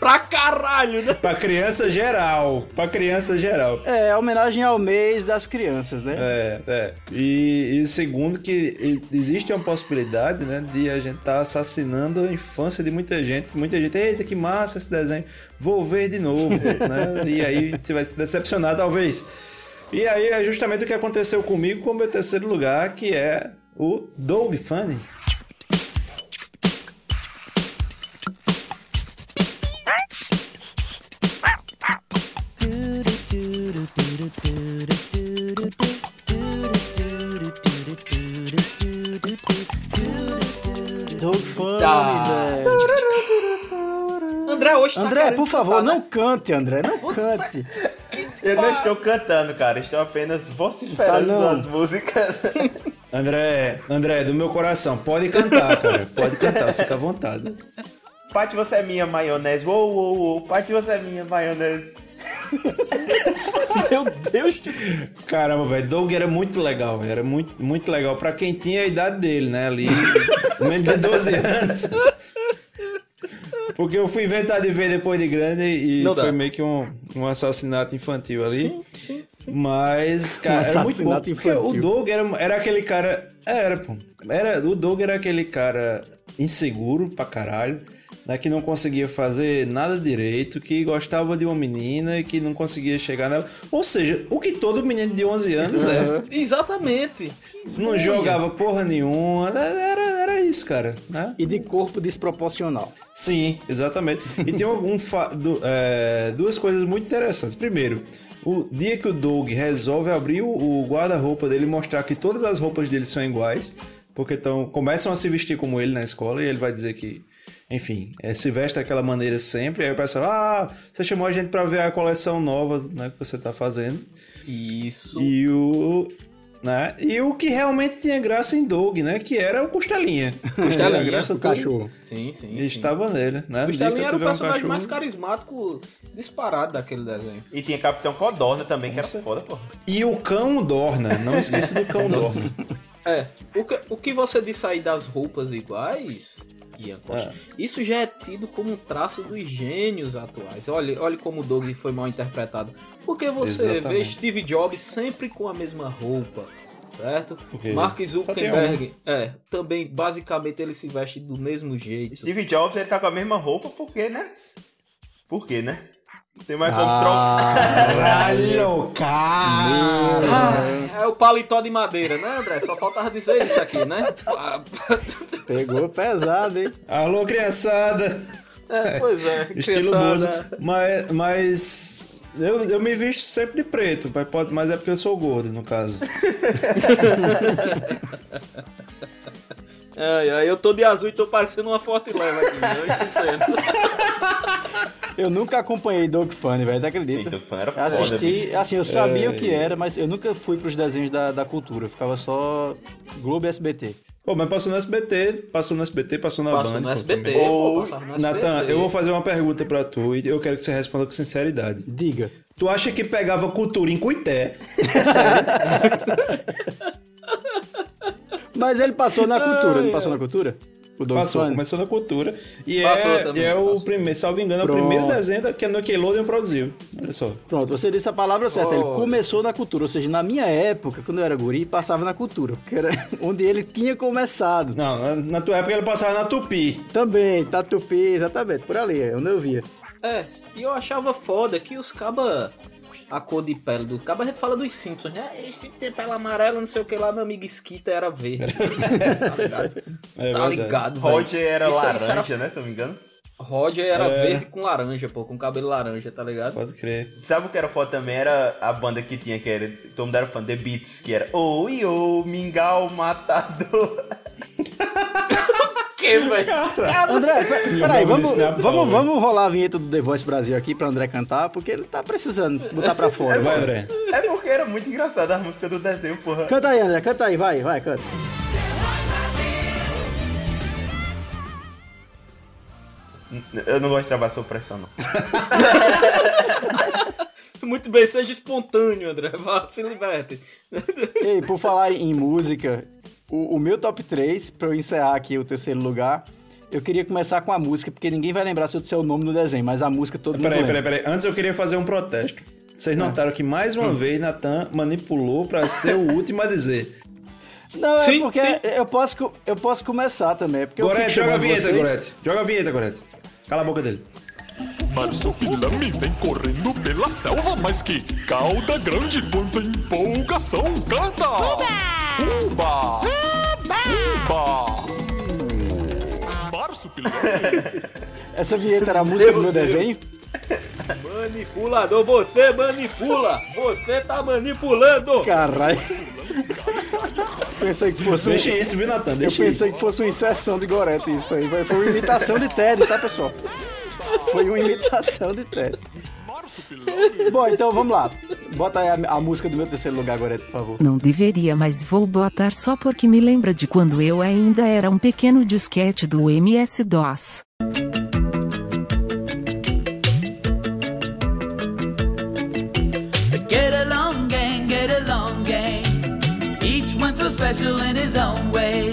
S6: Pra caralho, né?
S4: pra criança geral. Pra criança geral.
S7: É, é homenagem ao mês das crianças, né?
S4: É, é. E, e segundo, que e- existe uma possibilidade, né, de a gente estar assassinando a infância de muita gente. que Muita gente, eita, que massa esse desenho, vou ver de novo, né? E aí você vai se decepcionar, talvez. E aí é justamente o que aconteceu comigo com o meu terceiro lugar, que é o Doug Funny.
S7: Dog Funny,
S6: Tá.
S7: velho.
S6: André hoje tá
S7: André,
S6: querendo
S7: por favor,
S6: cantar,
S7: não
S6: né?
S7: cante, André, não cante.
S8: Eu não estou cantando, cara. Estou apenas vociferando
S7: Tá, não.
S8: as músicas.
S4: André, André, do meu coração, pode cantar, cara. Pode cantar, fica à vontade.
S8: Pati, você é minha maionese. Uou, uou, uou. Pati, você é minha maionese.
S6: Meu Deus do céu.
S4: Caramba, velho, Doug era muito legal, velho. Era muito, muito legal pra quem tinha a idade dele, né? Ali, menos de 12 anos. Porque eu fui inventar de ver depois de grande e
S6: Não dá.
S4: foi meio que um, um assassinato infantil ali. Sim, sim, Mas, cara,
S7: Um
S4: era muito bom.
S7: assassinato
S4: Porque
S7: infantil.
S4: o Doug era, era aquele cara. é, Era, pô. Era, o Doug era aquele cara inseguro pra caralho. Né, que não conseguia fazer nada direito, que gostava de uma menina e que não conseguia chegar nela. Ou seja, o que todo menino de 11 anos é.
S6: Exatamente.
S4: Não jogava porra nenhuma. né, Era, era isso, cara. Né?
S7: E de corpo desproporcional.
S4: Sim, exatamente. E tem algum fa- du- é, duas coisas muito interessantes. Primeiro, o dia que o Doug resolve abrir o, o guarda-roupa dele e mostrar que todas as roupas dele são iguais, porque então começam a se vestir como ele na escola e ele vai dizer que Enfim, é, se veste daquela maneira sempre. Aí o pessoal, ah, você chamou a gente pra ver a coleção nova né, que você tá fazendo.
S6: Isso.
S4: E o. Né? E o que realmente tinha graça em Doug, né? Que era o Costelinha.
S6: Costelinha,
S4: a É, graça
S7: o
S4: do
S7: cachorro.
S6: Sim, sim. sim.
S4: Estava nele, né?
S6: O Stanley era o
S4: tiver um
S6: personagem
S4: cachorro-
S6: mais carismático disparado daquele desenho.
S8: E tinha Capitão Codorna também, que era foda, pô.
S4: E o cão Dorna, não esqueça do cão Dorna.
S6: É, o que, o que você disse aí das roupas iguais, Ian Costa, isso já é tido como um traço dos gênios atuais. Olha, olha como o Doug foi mal interpretado. Porque você vê
S4: Exatamente.
S6: Steve Jobs sempre com a mesma roupa, certo?
S4: Porque
S6: Mark
S4: só tem um.
S6: Zuckerberg, é, também basicamente ele se veste do mesmo jeito.
S8: Steve Jobs, ele tá com a mesma roupa, por quê, né? Por quê, né? Não tem mais como
S7: Caralho, cara!
S6: Ah, é o paletó de madeira, né, André? Só faltava dizer isso aqui, né? Ah,
S7: Pegou pesado, hein?
S4: Alô, criançada!
S6: é, pois é,
S4: Estilo Bozo.
S6: criançada.
S4: Mas. mas eu, eu me visto sempre de preto, mas, pode, mas é porque eu sou gordo, no caso.
S6: Ai, ai, eu tô de azul e tô parecendo uma forte leva aqui. né? Eu
S4: Tá
S6: entendo.
S7: Eu nunca acompanhei Doug Funny, velho, tu acredita?
S8: trocar. Então, era
S7: Eu
S8: foda, bicho. É.
S7: Assisti, assim, eu sabia o que era, mas eu nunca fui pros desenhos da, da cultura. Eu ficava só Globo e SBT.
S4: Pô, mas passou no SBT, passou no SBT, passou na
S6: Passou
S4: Band.
S6: no
S4: pô,
S6: SBT.
S4: então, também.
S6: pô,
S8: Ô,
S6: passava no
S4: Nathan,
S6: SBT.
S4: eu vou fazer uma pergunta pra tu e eu quero que você responda com sinceridade.
S7: Diga.
S4: Tu acha que pegava cultura em Cuité?
S7: Mas ele passou na cultura,
S6: Ai,
S7: não passou na cultura? O Doug
S4: Passou,
S7: Funny?
S4: começou na cultura. E
S6: Passou
S4: é,
S6: também,
S4: e é o
S6: passou.
S4: primeiro, salvo engano, é o
S7: Pronto.
S4: primeiro desenho da- que é a Nickelodeon produziu. um Olha só.
S7: Pronto, você disse a palavra certa. Ele
S6: Olha.
S7: começou na cultura, ou seja, na minha época, quando eu era guri, passava na cultura, porque era onde ele tinha começado.
S4: Não, na, na tua época ele passava na Tupi.
S7: Também, Tatupi, exatamente, por ali, é onde eu via.
S6: É, e eu achava foda que os caba. A cor de pele do caba, a gente fala dos Simpsons, né? Eles sempre tem pele amarela, não sei o que lá, meu amigo Skita era verde. tá ligado?
S4: É
S6: tá
S4: verdade.
S6: ligado, velho.
S8: Roger era
S6: Isso aí, isso
S8: laranja,
S6: era-
S8: né? Se eu não me engano.
S6: Roger era
S4: É.
S6: verde com laranja, pô, com cabelo laranja, tá ligado?
S4: Pode crer.
S8: Sabe o que era foda também? Era a banda que tinha, que era. Todo mundo era fã The Beats, que era. Oi, ô, mingau matador.
S6: Que, velho?
S7: André, pe- peraí, vamos,
S4: disse, né, Paulo?
S7: vamos, vamos rolar a vinheta do The Voice Brasil aqui pra André cantar, porque ele tá precisando botar pra fora.
S4: Vai,
S7: assim.
S4: André.
S8: É porque era muito engraçada a música do desenho, porra.
S7: Canta aí, André, canta aí, vai, vai, canta.
S8: Eu não gosto de trabalhar sob pressão, não.
S6: Muito bem, seja espontâneo, André. Vá, se liberte.
S7: Ei, por falar em música, o, o meu top 3, pra eu encerrar aqui o terceiro lugar, eu queria começar com a música, porque ninguém vai lembrar se eu disser o nome do desenho, mas a música todo mundo
S4: É, Peraí,
S7: lembra.
S4: peraí, peraí. Antes eu queria fazer um protesto. Vocês
S7: Tá.
S4: notaram que mais
S7: Hum.
S4: uma vez Natan manipulou pra ser o último a dizer.
S7: Não,
S6: Sim,
S7: é porque
S6: sim.
S7: eu posso, co- eu posso começar também. é Porque eu
S4: Gorete,
S7: fico
S4: joga a
S7: chamando
S4: vinheta,
S7: vocês.
S4: Gorete. Joga a vinheta, Gorete. Cala a boca dele.
S10: Marsupilame vem correndo pela selva, mas que cauda grande, quanta empolgação! Canta! Uba! Uba! Hum. Uba! Marsupilame!
S7: Essa vinheta era a música do meu desenho?
S6: Manipulador, você manipula! Você tá manipulando!
S7: Caralho. pensei que fosse um,
S4: Deixa isso, viu, Natan?
S7: Eu
S4: Deixa
S7: pensei
S4: isso.
S7: que fosse uma inserção de Gorete isso aí. Foi foi uma imitação de Ted, tá, pessoal? Foi uma imitação de Ted.
S10: Marsupilame!
S7: Bom, então vamos lá. Bota aí a, a música do meu terceiro lugar, Gorete, por favor.
S9: Não deveria, mas vou botar só porque me lembra de quando eu ainda era um pequeno disquete do MS-DOS.
S11: Get along, gang, get along, gang. Each one so special in his own way.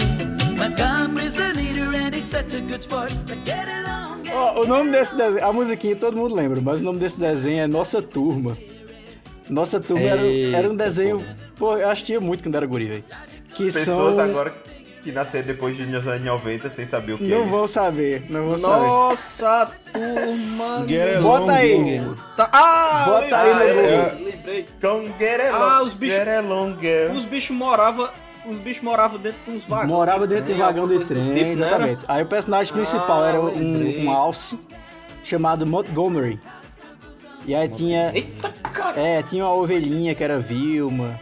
S11: Montgomery's the leader and he's such a good sport. But get along, gang.
S7: Ó, o nome desse desenho, a musiquinha todo mundo lembra, mas o nome desse desenho é Nossa Turma. Nossa Turma era, era um desenho. Pô, eu assistia muito quando era guri, velho. Que
S8: Pessoas
S7: são.
S8: agora que nasceram depois de nos anos 90 sem saber o que é
S7: Não
S8: isso.
S7: vão saber, não vão saber.
S6: Nossa, turma!
S4: Get along,
S7: Bota aí.
S4: gang.
S6: Tá- Ah,
S7: Bota
S6: lembrei,
S7: aí no
S6: lembrei,
S4: Google.
S6: lembrei.
S8: Come get along,
S6: Ah, os bichos-
S8: get along, girl.
S6: Os bichos moravam. Os bichos moravam dentro de uns vagões. Né?
S7: Morava dentro de um vagão de
S6: alguma coisa do
S7: trem,
S6: tipo, não era?
S7: exatamente. Aí o personagem principal
S6: Ah,
S7: era
S6: lembrei.
S7: um, um alce chamado Montgomery. E aí tinha.
S6: Eita, cara!
S7: É, tinha uma ovelhinha que era Vilma.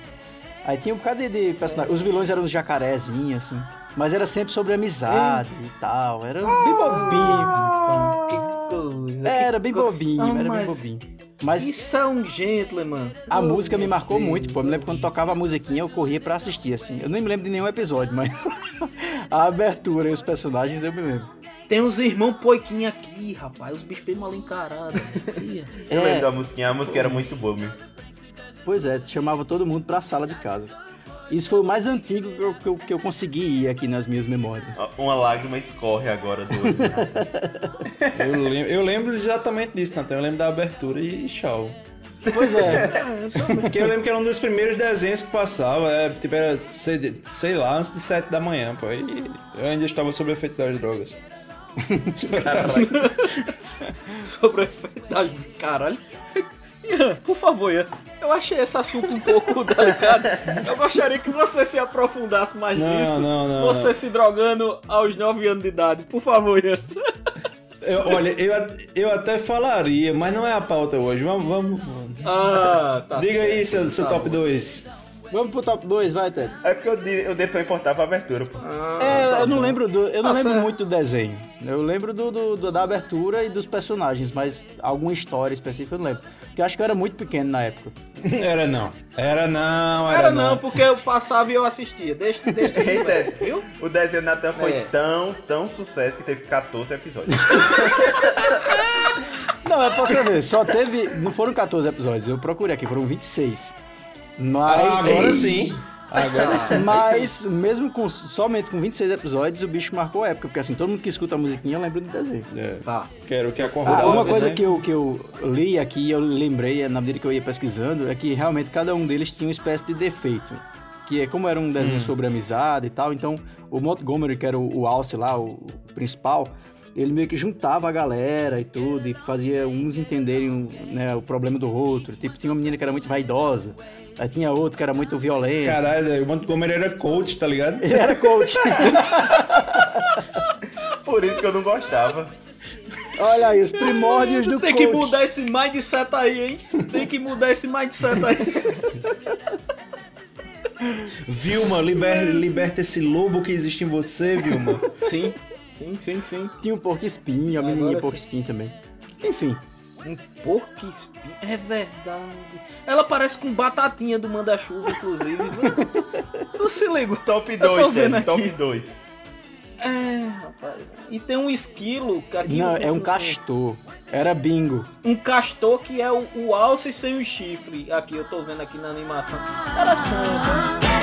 S7: Aí tinha um bocado de, de personagem. Os vilões eram uns jacarezinhos, assim. Mas era sempre sobre amizade e tal. Era bem bobinho.
S6: Que coisa.
S7: É,
S6: Ah! que
S7: era bem
S6: co-
S7: bobinho,
S6: Ah,
S7: era bem
S6: mas
S7: bobinho. Mas
S6: Isso é um gentleman.
S7: a
S6: Oh,
S7: música me
S6: meu
S7: marcou
S6: Deus.
S7: muito, pô. Eu me lembro quando tocava a musiquinha, eu corria pra assistir, assim. Eu nem me lembro de nenhum episódio, mas a abertura e os personagens eu me lembro.
S6: Tem uns irmãos poiquinha aqui, rapaz. Os bichos bem mal encarados. Ih,
S8: Eu
S7: É.
S8: lembro da musiquinha, a música era muito boa mesmo.
S7: Pois é, chamava todo mundo pra sala de casa. Isso foi o mais antigo que eu, que eu, que eu consegui ir aqui nas minhas memórias.
S8: Ó, Ah, Uma lágrima escorre agora do olho.
S4: Eu lembro, eu lembro exatamente disso, Natan. Eu lembro da abertura e, e tchau.
S7: Pois é,
S4: Porque eu lembro que era um dos primeiros desenhos que passava, é, tipo, era, sei, sei lá, antes de 7 da manhã, pô. E eu ainda estava sob o efeito das drogas.
S6: Sobre a enfermidade de caralho. Ian, por favor, Ian. Eu achei esse assunto um pouco delicado. Eu gostaria que você se aprofundasse mais
S4: Não,
S6: nisso.
S4: não, não,
S6: você
S4: não.
S6: se drogando aos 9 anos de idade. Por favor, Ian.
S4: Eu- olha, eu, a- eu até falaria, mas não é a pauta hoje. Vamos, vamos.
S6: Ah, tá.
S4: Diga
S6: certo.
S4: aí, seu, seu
S6: Tá
S4: top
S6: bom.
S4: 2.
S7: vamos pro top 2, vai, Ted.
S8: É porque eu, de- eu deixo importar pra abertura, pô.
S6: Ah,
S7: É, eu não lembro do, eu não
S6: Tá
S7: lembro
S6: certo.
S7: muito do desenho. Eu lembro do, do- do- da abertura e dos personagens, mas alguma história específica eu não lembro. Porque eu acho que eu era muito pequeno na época.
S4: Era não. Era não, era,
S6: Era não, porque eu passava e eu assistia. Deixa, deixa que
S8: Eita.
S6: conversa, viu?
S8: O desenho do Natan foi
S6: É.
S8: tão, tão sucesso que teve 14 episódios.
S7: Não, é pra você ver, só teve. Não foram 14 episódios, eu procurei aqui, foram 26.
S4: Ah,
S7: Mas.
S4: agora sim.
S8: Tá,
S4: Agora sim.
S7: Mas, mesmo com, somente com 26 episódios, o bicho marcou época, porque assim, todo mundo que escuta a musiquinha lembra do desenho.
S4: É,
S6: Tá.
S4: quero que acordar.
S7: Ah, uma
S4: né?
S7: coisa que eu, que eu li aqui, eu lembrei, é, na medida que eu ia pesquisando, é que realmente cada um deles tinha uma espécie de defeito. Que é como era um
S6: Hum.
S7: desenho sobre amizade e tal, então o Montgomery, que era o, o Alce lá, o, o principal, ele meio que juntava a galera e tudo, e fazia uns entenderem né, o problema do outro. Tipo, tinha uma menina que era muito vaidosa, aí tinha outro que era muito violento.
S4: Caralho, o Montgomery era coach, tá ligado?
S7: Ele era coach.
S8: Por isso que eu não gostava.
S7: Olha aí, os primórdios do
S6: Tem
S7: coach.
S6: que mudar esse mindset aí, hein? Tem que mudar esse mindset aí.
S4: Vilma, liber, liberta esse lobo que existe em você, Vilma.
S6: Sim, sim, sim, sim.
S7: Tinha um porco espinho, a menininha
S6: Agora
S7: porco espinho também. Enfim.
S6: Um porco espinho. É verdade. Ela parece com batatinha do manda-chuva, inclusive. tu se ligou?
S8: Top
S6: Eu tô
S8: 2,
S6: vendo
S8: Ted,
S6: aqui.
S8: top 2.
S6: É, rapaz. E tem um esquilo. que aqui
S7: Não,
S6: no-
S7: é um castor. Era bingo.
S6: Um castor que é o, o alce sem o chifre. Aqui, eu tô vendo aqui na animação. Interessante. né?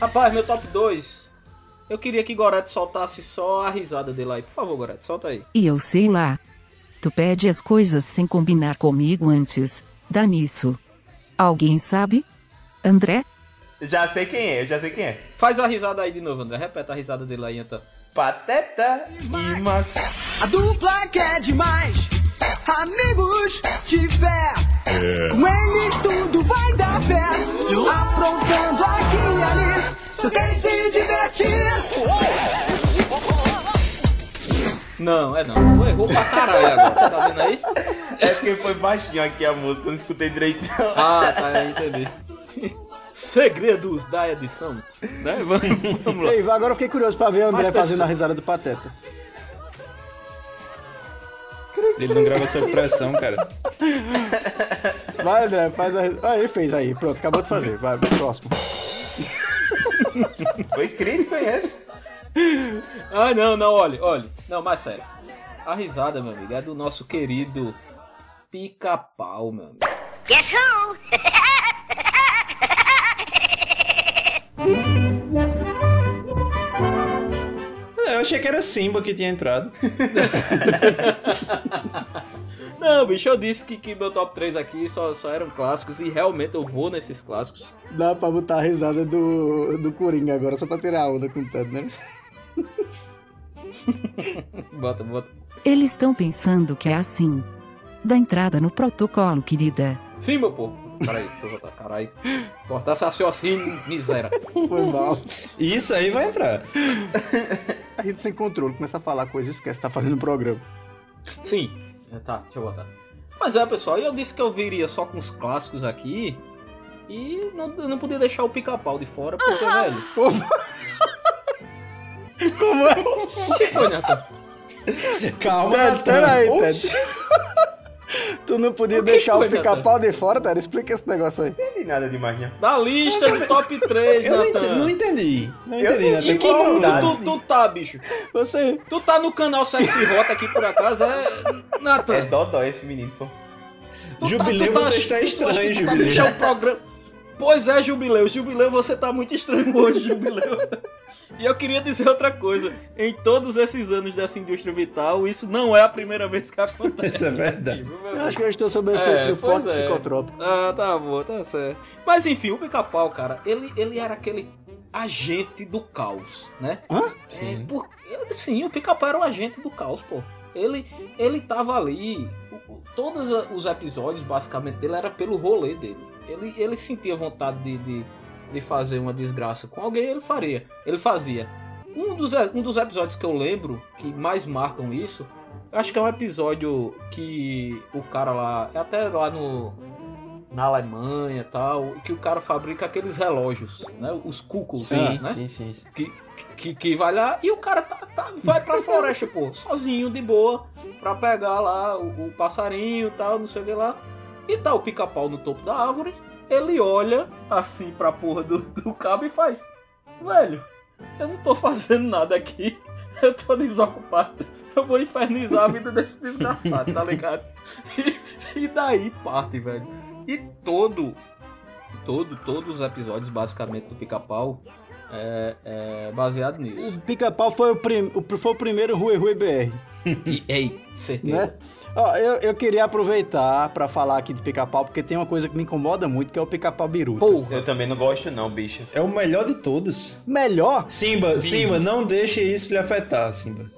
S6: Rapaz, meu top 2. Eu queria que Gorete soltasse só a risada dele aí. Por favor, Gorete, solta aí.
S9: E eu sei lá. Tu pede as coisas sem combinar comigo antes. Dá nisso. Alguém sabe? André?
S8: Já sei quem é, eu já sei quem é.
S6: Faz a risada aí de novo, André. Repete a risada dele aí, então.
S8: Pateta e Max.
S2: A dupla que é demais. Amigos, tiver. Com eles tudo vai dar pé. Aprontando aqui e ali. Só querem se divertir.
S6: Não, é não. Pô, Errou pra caralho agora. Tá vendo aí?
S8: É porque foi baixinho aqui a música, eu não escutei direitão.
S6: Ah, tá, aí, entendi. Segredos da edição. Né? Vamos, vamos lá.
S7: Ei, agora eu fiquei curioso pra ver o André
S6: Mais
S7: fazendo
S6: pessoas.
S7: a risada do Pateta.
S4: Ele não grava sob pressão, cara.
S7: Vai, André, faz a risada. Ah, ele fez aí. Pronto, acabou de fazer. Vai, próximo.
S8: Foi crítico, hein, esse?
S6: Ah, não, não, olha, olha. Não, mas sério. A risada, meu amigo, é do nosso querido pica-pau, meu amigo.
S5: Guess who?
S4: É, Eu achei que era Simba que tinha entrado.
S6: Não, bicho, eu disse que, que meu top 3 aqui só, só eram clássicos e realmente eu vou nesses clássicos.
S7: Dá pra botar a risada do, do Coringa agora, só pra tirar a onda com o Ted, né?
S6: Bota, bota.
S9: Eles estão pensando que é assim. Dá entrada no protocolo, querida.
S6: Sim, meu povo. Peraí, deixa eu voltar. Caralho. Cortar esse raciocínio, miséria.
S7: Foi mal.
S4: Isso aí vai entrar.
S7: A gente sem controle, começa a falar coisa e esquece que tá fazendo programa.
S6: Sim. É, tá, deixa eu botar. Mas é, pessoal, eu disse que eu viria só com os clássicos aqui. E não, eu não podia deixar o pica-pau de fora, porque, velho.
S7: Como é?
S6: O que foi, Nathan?
S7: Calma,
S4: Ted,
S7: Ted, peraí,
S4: Ted.
S7: Ted. Tu não podia
S6: O que
S7: deixar
S6: foi,
S7: o pica-pau de fora, Ted? Explica esse negócio aí.
S8: Não tem nada demais, não.
S6: Da lista do top 3,
S4: Eu não ente-
S6: Nathan.
S4: não entendi. Não
S8: Eu
S4: entendi,
S8: não
S4: Nathan.
S6: Em que
S8: Qual
S6: mundo
S8: idade
S6: tu, tu tá, bicho?
S7: Você.
S6: Tu tá no canal Sexy Rota aqui por acaso, é. Nathan.
S8: É dodó esse menino, pô.
S6: tu tu
S4: Jubileu, você está estranho,
S6: tu acha que tu tá
S4: Jubileu.
S6: deixando o programa. Pois é, Jubileu. Jubileu, você tá muito estranho hoje, Jubileu. E eu queria dizer outra coisa. Em todos esses anos dessa indústria vital, isso não é a primeira vez que acontece.
S4: Isso é verdade.
S7: Eu acho que eu estou sob o efeito
S6: É,
S7: do
S6: pois
S7: forte
S6: é.
S7: psicotrópico.
S6: Ah, tá bom, tá certo. Mas enfim, o pica-pau, cara, ele, ele era aquele agente do caos, né?
S7: Hã?
S6: É,
S4: Sim.
S6: por- ele- sim, o pica-pau era um agente do caos, pô. Ele, ele tava ali. o- o- todos a- os episódios, basicamente, dele era pelo rolê dele. Ele, ele sentia vontade de, de, de fazer uma desgraça com alguém, ele faria. Ele fazia. Um dos, um dos episódios que eu lembro que mais marcam isso, eu acho que é um episódio que o cara lá, é até lá no na Alemanha e tal, que o cara fabrica aqueles relógios, né? Os cúculos,
S4: Sim,
S6: né?
S4: sim, sim, sim.
S6: que, que, que vai lá e o cara tá, tá- vai pra floresta, pô, sozinho, de boa, pra pegar lá o, o passarinho e tal, não sei o que lá. E tá o pica-pau no topo da árvore, ele olha assim pra porra do, do cabo e faz: Velho, eu não tô fazendo nada aqui, eu tô desocupado, eu vou infernizar a vida desse desgraçado, tá ligado? E, e daí parte, velho. E todo, todo, todos os episódios, basicamente, do pica-pau é, é baseado nisso.
S7: O pica-pau foi o, prim... o- foi o primeiro Rui Rui BR.
S6: E, ei, certeza.
S8: É.
S7: né? Ó, eu, eu queria aproveitar pra falar aqui de pica-pau, porque tem uma coisa que me incomoda muito, que é o pica-pau biruta.
S6: Porra.
S8: Eu também não gosto, não, bicho.
S4: É o melhor de todos.
S7: Melhor?
S4: Simba, Simba, não deixe isso lhe afetar, Simba.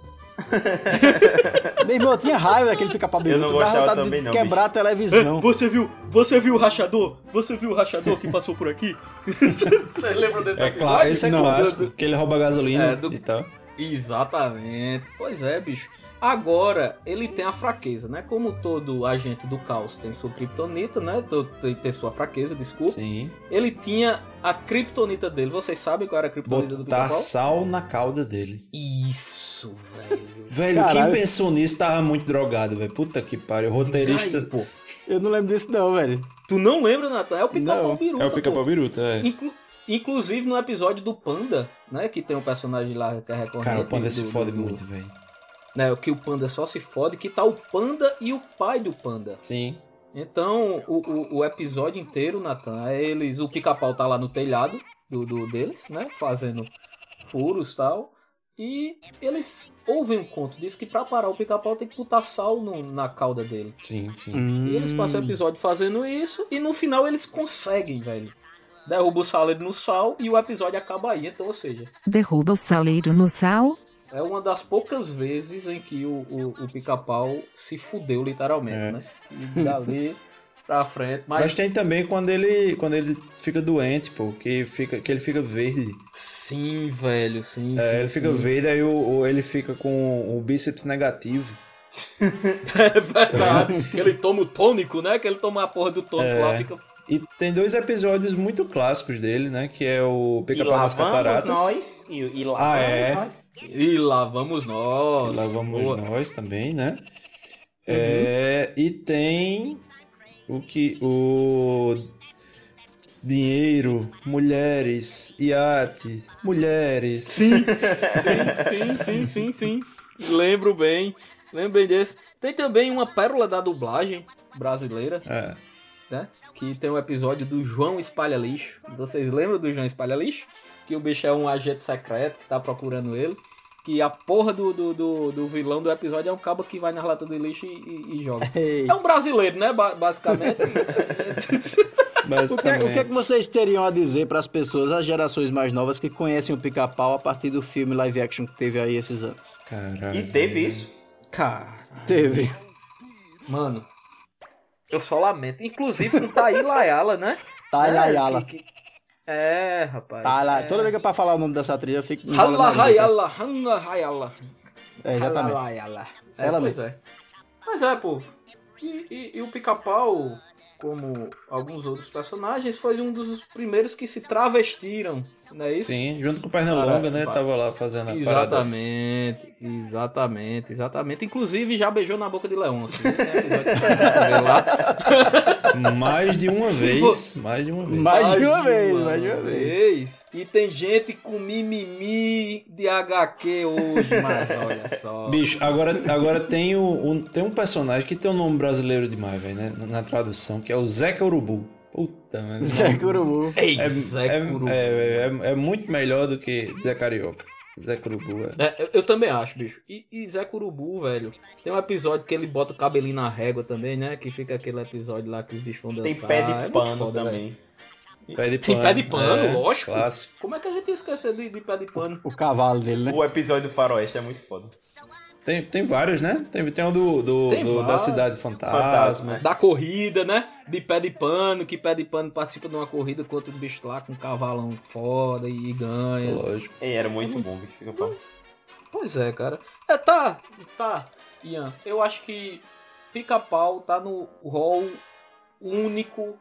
S7: Meu irmão, eu tinha raiva daquele pica-pau biruta.
S8: não
S7: dava
S8: gostava
S7: vontade
S8: também
S7: de
S8: não,
S7: quebrar a televisão.
S6: Você viu, você viu o rachador? Você viu o rachador que passou por aqui? você lembra desse
S4: É claro, esse é
S7: Não,
S4: clássico. Que ele rouba gasolina
S6: É, do-
S4: e tal.
S6: Exatamente. Pois é, bicho. Agora, ele tem a fraqueza, né? Como todo agente do caos tem sua kriptonita, né? To- Tem, tem sua fraqueza, desculpa.
S4: Sim.
S6: Ele tinha a kriptonita dele. Vocês sabem qual era a kriptonita do
S4: Botar
S6: pica-pau?
S4: sal na cauda dele.
S6: Isso, velho.
S4: Velho,
S7: Caralho.
S4: quem pensou nisso tava muito drogado, velho. Puta que pariu. Roteirista.
S6: Aí, pô.
S7: Eu não lembro disso não, velho.
S6: Tu não lembra, Natan? É o
S7: Não,
S6: pica-pau biruta,
S4: É o
S6: pô.
S4: pica-pau biruta, é.
S6: Inclu- inclusive no episódio do Panda, né? Que tem um personagem lá que é recorrente.
S4: Cara, o panda se
S6: do-
S4: fode
S6: do-
S4: muito, velho.
S6: Né, que o Panda só se fode, que tá o Panda e o pai do Panda.
S4: Sim.
S6: Então, o, o, o episódio inteiro, Natan, é eles. O pica-pau tá lá no telhado do, do deles, né? Fazendo furos e tal. E eles ouvem um conto, diz que pra parar o pica-pau tem que botar sal no- na cauda dele.
S4: Sim, sim.
S7: Hum.
S6: E eles passam o episódio fazendo isso e no final eles conseguem, velho. Derruba o saleiro no sal e o episódio acaba aí. Então, ou seja,
S9: Derruba o saleiro no sal,
S6: é uma das poucas vezes em que o, o, o pica-pau se fudeu, literalmente,
S4: É.
S6: né? E dali pra frente.
S4: Mas...
S6: Mas,
S4: tem também quando ele, quando ele fica doente, pô, que, fica, que ele fica verde.
S6: sim, velho, sim.
S4: É,
S6: sim,
S4: ele fica
S6: sim.
S4: verde, aí o, o- ele fica com o bíceps negativo.
S6: É verdade. ele toma o tônico, né? Que ele toma a porra do tônico
S4: É.
S6: lá, fica.
S4: E tem dois episódios muito clássicos dele, né? Que é o
S8: E
S4: Pica-Pau
S8: lá
S4: nas
S8: vamos
S4: Cataratas.
S8: nós. E, e lá
S4: Ah,
S8: vamos
S4: é?
S8: nós.
S6: E lá vamos
S4: E
S6: nós.
S4: lá vamos
S6: Boa.
S4: nós também, né?
S7: Uhum.
S4: É, e tem o que o dinheiro, mulheres, iate, mulheres.
S6: Sim, sim, sim, sim, sim, sim. Lembro bem. Lembro bem desse. Tem também uma pérola da dublagem brasileira,
S4: É,
S6: né? Que tem um episódio do João Espalha Lixo. Vocês lembram do João Espalha Lixo? Que o bicho é um agente secreto que tá procurando ele. Que a porra do, do, do, do vilão do episódio é um cabo que vai na lata de lixo e, e- e joga.
S7: Ei.
S6: É um brasileiro, né? ba- basicamente.
S7: O que, é-
S4: basicamente.
S7: o que é que vocês teriam a dizer pras pessoas, as gerações mais novas que conhecem o pica-pau a partir do filme live action que teve aí esses anos?
S4: Caralho.
S8: E teve isso.
S6: Cara.
S7: Teve.
S6: Mano. Eu só lamento. Inclusive com Taíla Ayala, né?
S7: Taila
S6: É,
S7: Ayala.
S6: que- que- É, rapaz.
S7: Taila.
S6: é.
S7: Toda vez que é pra falar o nome dessa atriz, eu fico. enrolando a
S6: Hala,
S7: língua.
S6: Hayala, Hanla, Hayala.
S7: É, exatamente.
S6: Halayala. É,
S7: Ela
S6: pois é. Mas é, pô. E, e- e o pica-pau, como alguns outros personagens, foi um dos primeiros que se travestiram, não é isso?
S4: Sim, junto com o Pernalonga, né?
S6: Caramba.
S4: Tava lá fazendo a parada.
S6: Exatamente, exatamente, exatamente. Inclusive já beijou na boca de Leão. assim, tem episódio que você vê lá.
S4: Mais de uma vez. Mais de uma vez.
S7: Mais de uma vez, mais de uma vez.
S6: E tem gente com mimimi de HQ hoje, mas olha só.
S4: Bicho, agora, agora tem, o, o- tem um personagem que tem um nome brasileiro demais, velho, né? Na tradução, que é o Zeca Urubu. Puta, mano.
S7: Zé Curubu.
S6: Ei,
S4: É,
S6: Zé
S4: é-
S6: Curubu.
S4: é- é- é muito melhor do que Zé Carioca. Zé Curubu, é.
S6: É, eu, eu também acho, bicho. E, e Zé Curubu, velho. Tem um episódio que ele bota o cabelinho na régua também, né? Que fica aquele episódio lá que os bichos vão dançar.
S8: Tem pé de
S6: É muito
S8: pano
S6: foda, velho.
S8: também.
S4: Pé de
S6: Tem pé de pano,
S4: é,
S6: lógico.
S4: Clássico.
S6: Como é que a gente ia esquecer de, de pé de pano?
S7: O cavalo dele, né?
S8: O episódio do Faroeste é muito foda.
S4: Tem, tem vários, né? Tem, tem um do, do-
S6: Tem
S4: do- da
S6: vários.
S4: Cidade Fantasma.
S8: Fantasma.
S6: Da corrida, né? De pé de pano, que pé de pano participa de uma corrida contra o bicho lá com um cavalão foda e ganha.
S4: Lógico.
S8: É, era muito bom, bicho. Fica pau.
S6: Pois é, cara. É, tá, tá, Ian. Eu acho que Pica-Pau tá no rol único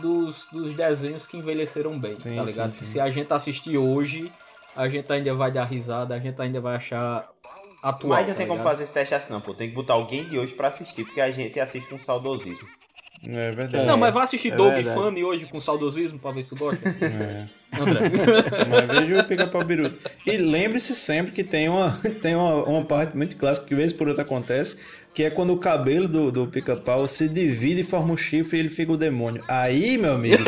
S6: dos, dos desenhos que envelheceram bem,
S4: Sim,
S6: tá ligado?
S4: sim, sim.
S6: Se a gente assistir hoje, a gente ainda vai dar risada, a gente ainda vai achar atual.
S8: Mas não
S6: tá
S8: tem como
S6: ligado?
S8: fazer esse teste assim, não, pô. Tem que botar alguém de hoje pra assistir, porque a gente assiste um saudosismo.
S4: É verdade.
S6: Não, mas vai assistir
S7: é
S6: Doug
S7: verdade.
S6: Funny hoje com saudosismo pra ver se tu gosta.
S4: É.
S6: André.
S4: Mas veja o pica-pau biruta. E lembre-se sempre que tem, uma, tem uma, uma parte muito clássica que, vez por outra, acontece, que é quando o cabelo do, do pica-pau se divide e forma um chifre e ele fica o demônio. Aí, meu amigo,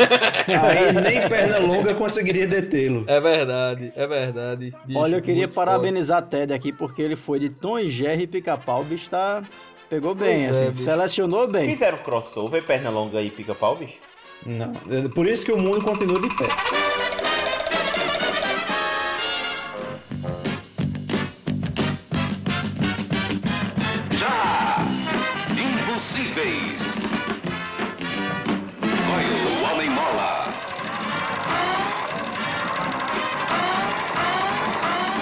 S4: aí nem perna longa conseguiria detê-lo.
S6: é verdade, é verdade. Bicho,
S7: Olha, eu queria
S6: muito foda.
S7: parabenizar a Ted aqui, porque ele foi de Tom e Jerry e Pica-Pau. O bicho tá... Pegou bem,
S6: Pois é,
S7: assim,
S6: bicho.
S7: selecionou bem.
S8: Fizeram um crossover, perna longa e pica-pau, bicho.
S4: Não. É Por isso que o mundo continua de pé.
S10: Já! Impossíveis! Coil, o Homem Mola!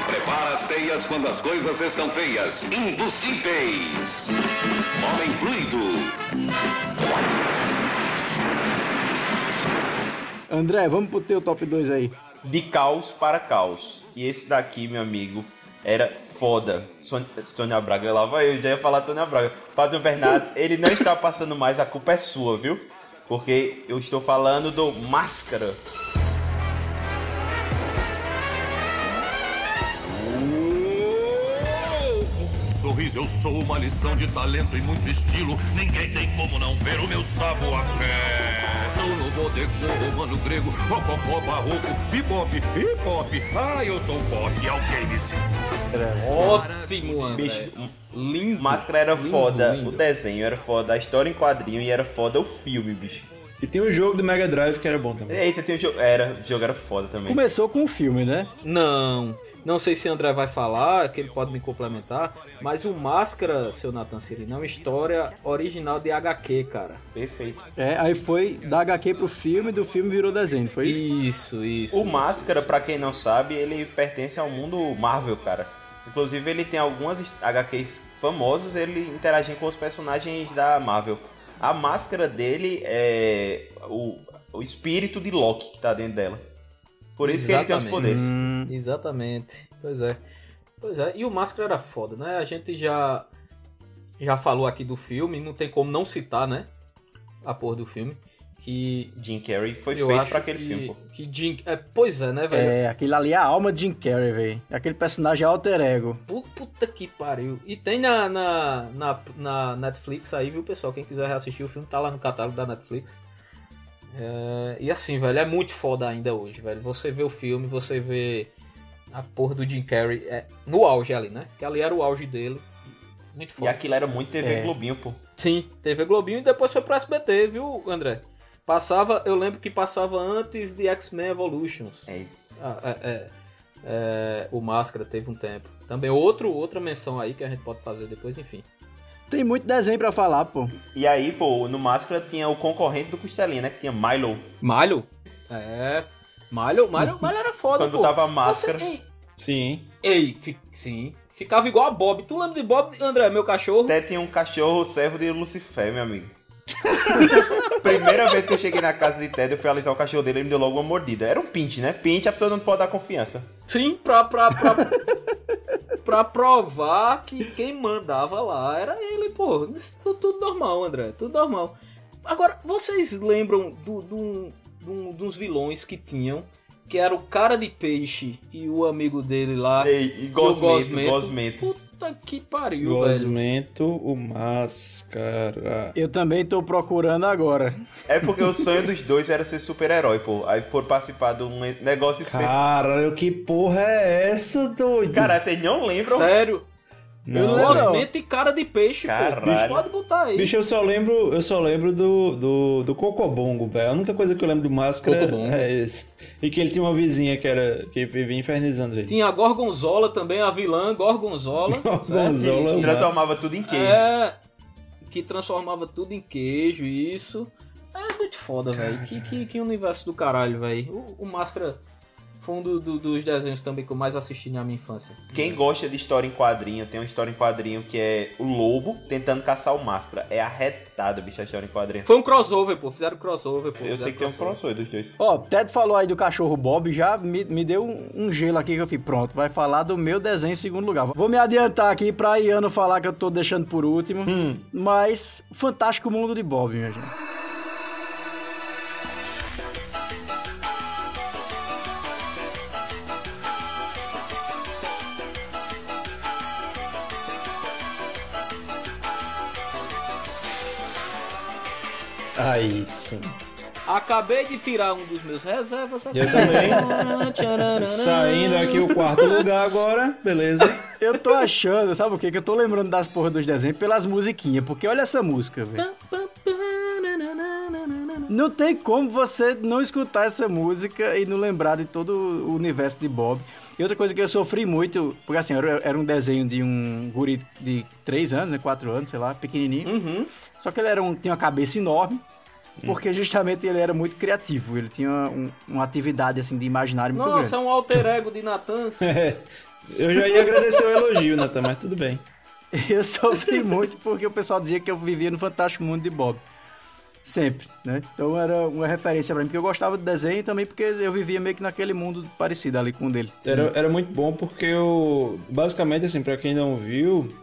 S10: Prepara as teias quando as coisas estão feias. Impossíveis! Homem fluido!
S7: André, vamos pro teu top 2 aí.
S8: De caos para caos. E esse daqui, meu amigo, era foda. Son- Sônia Braga, lá vai eu, já ia falar Sônia Braga. Fábio Bernardes, ele não está passando mais, a culpa é sua, viu? Porque eu estou falando do Máscara.
S10: Sorriso, eu sou uma lição de talento e muito estilo. Ninguém tem como não ver o meu sabo a fé. Sou no bodegão romano grego, rococó barroco, bebop, hip-hop. Ah, eu sou pop, alguém me segura.
S6: Ótimo, André.
S8: Bicho,
S6: É.
S8: um
S6: lindo.
S8: Máscara era
S6: lindo,
S8: foda,
S6: lindo.
S8: o desenho era foda, a história em quadrinho e era foda o filme, bicho.
S4: E tem o jogo do Mega Drive que era bom também.
S6: É.
S8: Eita, tem o jogo. Era, o jogo era foda também.
S7: Começou com o filme, né?
S6: Não. Não sei se André vai falar, que ele pode me complementar, mas o Máscara, seu Nathan Cirino, é uma história original de HQ, cara.
S8: Perfeito.
S7: É, aí foi da HQ pro filme, do filme virou desenho, foi isso?
S6: Isso, isso.
S8: O
S6: isso,
S8: Máscara,
S6: isso,
S8: pra
S6: isso.
S8: quem não sabe, ele pertence ao mundo Marvel, cara. Inclusive, ele tem algumas his- HQs famosos, ele interage com os personagens da Marvel. A máscara dele é o, o espírito de Loki que tá dentro dela. Por isso que ele tem os
S6: Exatamente.
S8: poderes.
S7: Hum,
S6: Exatamente. Pois é. Pois é. E o Máscara era foda, né? A gente já já falou aqui do filme, não tem como não citar, né? A porra do filme. Que
S8: Jim Carrey foi
S6: eu
S8: feito
S6: acho
S8: pra aquele
S6: que,
S8: filme, pô.
S6: Que Jim... é, pois é, né, velho?
S7: é, aquele ali é a alma de Jim Carrey, velho. Aquele personagem é alter ego.
S6: Pu- Puta que pariu. E tem na, na, na, na Netflix aí, viu, pessoal? Quem quiser reassistir o filme, tá lá no catálogo da Netflix. É, e assim, velho, é muito foda ainda hoje, velho. Você vê o filme, você vê a porra do Jim Carrey é, no auge ali, né? Que ali era o auge dele. Muito
S8: E
S6: foda.
S8: aquilo era muito TV
S7: É.
S8: Globinho, pô.
S6: Sim, TV Globinho e depois foi pro SBT, viu, André? Passava, eu lembro que passava antes de X-Men Evolutions.
S8: É,
S6: Ah, é, é. É, o Máscara teve um tempo. Também outro, outra menção aí que a gente pode fazer depois, enfim.
S7: Tem muito desenho pra falar, pô.
S8: E aí, pô, no Máscara tinha o concorrente do Costelinha, né? Que tinha Milo.
S6: Malho? É. Malho, Malho, Malho era foda,
S8: Quando
S6: pô.
S8: botava a máscara.
S6: Você- ei,
S4: Sim.
S6: ei, fi- sim. Ficava igual a Bob. Tu lembra de Bob, André, meu cachorro?
S8: Até tinha um cachorro servo de Lucifer, meu amigo. Primeira vez que eu cheguei na casa de Ted, eu fui alisar o cachorro dele e ele me deu logo uma mordida. Era um pinte, né? Pinte, a pessoa não pode dar confiança.
S6: Sim, pra, pra, pra, pra provar que quem mandava lá era ele, pô. Isso tu- tudo normal, André, tudo normal. Agora, vocês lembram do, um, do, do- dos vilões que tinham? Que era o cara de peixe e o amigo dele lá.
S8: E, e
S6: E o
S8: gosmento,
S6: gosmento.
S8: gosmento.
S6: Puta que pariu, velho.
S4: Gosmento, o Máscara.
S7: Eu também tô procurando agora.
S8: É porque o sonho dos dois era ser super-herói, pô. Aí foram participar de um negócio especial.
S4: Caralho, que porra é essa, doido?
S8: Cara, vocês não lembram?
S6: Sério?
S4: Não.
S6: Gosmento e cara de peixe, pô.
S8: Caralho.
S6: Bicho, pode botar aí.
S4: Bicho, eu só lembro, eu só lembro do, do, do Cocobongo, velho. A única coisa que eu lembro do Máscara
S6: Cocobongo.
S4: é esse. E que ele tinha uma vizinha que era que vivia infernizando ele.
S6: Tinha a Gorgonzola também, a vilã Gorgonzola. certo? Então,
S4: Gorgonzola,
S6: E-
S8: Transformava tudo em queijo.
S6: É, que transformava tudo em queijo, isso. É muito foda, velho. Que, que, que universo do caralho, velho. O, o Máscara foi um do- do- dos desenhos também que eu mais assisti na minha infância.
S8: Quem gosta de história em quadrinho, tem uma história em quadrinho que é o lobo tentando caçar o máscara. É arretado, bicho, a história em quadrinho.
S6: Foi um crossover, pô. Fizeram crossover, pô.
S8: Eu sei que tem um crossover dos dois.
S7: Ó, Ted falou aí do cachorro Bob, já me, me deu um, um gelo aqui que eu fiz. Pronto, vai falar do meu desenho em segundo lugar. Vou me adiantar aqui pra Iano falar que eu tô deixando por último. Mas, Fantástico Mundo de Bob, minha gente.
S4: Aí sim.
S6: Acabei de tirar um dos meus reservas aqui.
S4: Eu também. Saindo aqui o quarto lugar agora, beleza?
S7: Eu tô achando, sabe o que? Que eu tô lembrando das porras dos desenhos pelas musiquinhas, porque olha essa música, velho. Não tem como você não escutar essa música e não lembrar de todo o universo de Bob. E outra coisa que eu sofri muito, porque assim, era era um desenho de um guri de 3 anos, né, 4 anos, sei lá, pequenininho.
S6: Uhum.
S7: Só que ele era um, tinha uma cabeça enorme, porque justamente ele era muito criativo. Ele tinha um- uma atividade assim de imaginário muito grande.
S6: Nossa, é um alter ego de Natan. assim.
S4: Eu já ia agradecer o elogio, Nathan, mas tudo bem.
S7: Eu sofri muito porque o pessoal dizia que eu vivia no fantástico mundo de Bob. Sempre, né? Então era uma referência pra mim, porque eu gostava do desenho e também porque eu vivia meio que naquele mundo parecido ali com o dele.
S4: Era, era muito bom porque eu. Basicamente, assim, pra quem não viu,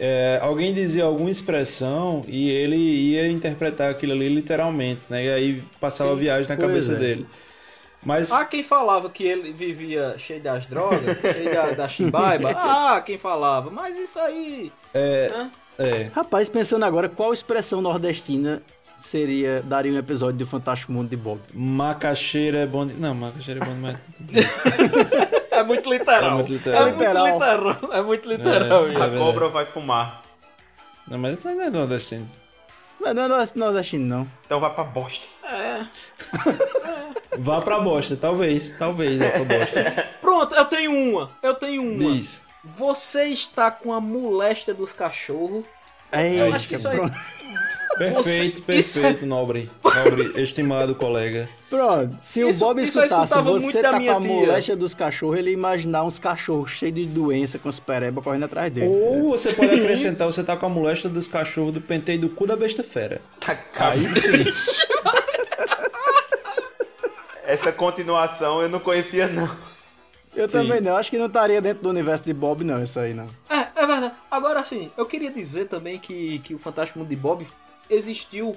S4: é, alguém dizia alguma expressão e ele ia interpretar aquilo ali literalmente, né? E aí passava a viagem na
S7: pois
S4: cabeça
S7: é.
S4: dele. Mas.
S6: Ah, quem falava que ele vivia cheio das drogas, cheio da, da chibaiba. Ah, quem falava. Mas isso aí... né?
S4: É.
S7: Rapaz, pensando agora, qual expressão nordestina seria daria um episódio do Fantástico Mundo de Bob?
S4: Macaxeira é bom. de- Não, macaxeira é bom demais.
S6: É muito literal.
S4: É muito literal.
S6: É muito literal. É muito literal,
S4: É
S8: A
S4: verdade.
S8: cobra vai fumar.
S4: Não, mas isso não é nordestino.
S7: Mas não é nor- nordestino, não.
S8: Então vai pra bosta.
S6: É.
S4: Vá pra bosta, talvez. Talvez vá pra bosta.
S6: Pronto, eu tenho uma. Eu tenho uma.
S4: Diz.
S6: Você está com a moléstia dos cachorros.
S7: É
S6: Eu acho que isso aí.
S7: Pronto.
S4: Perfeito,
S6: Você- isso é-
S4: perfeito, nobre. Nobre, estimado colega.
S7: Pronto, se
S6: Isso-
S7: o Bob
S6: isso eu
S7: escutasse
S6: escutava muito
S7: você
S6: da
S7: tá com
S6: minha
S7: a
S6: tia.
S7: moléstia dos cachorros, ele ia imaginar uns cachorros cheios de doença com as perebas correndo atrás dele.
S4: Ou você pode acrescentar, você tá com a moléstia dos cachorros do penteio do cu da besta fera.
S8: Tá cab-
S4: Aí sim.
S8: Essa continuação eu não conhecia, não.
S7: Eu
S4: Sim.
S7: também não, acho que não estaria dentro do universo de Bob, não, isso aí não.
S6: É, é verdade. Agora sim, eu queria dizer também que, que o Fantástico Mundo de Bob existiu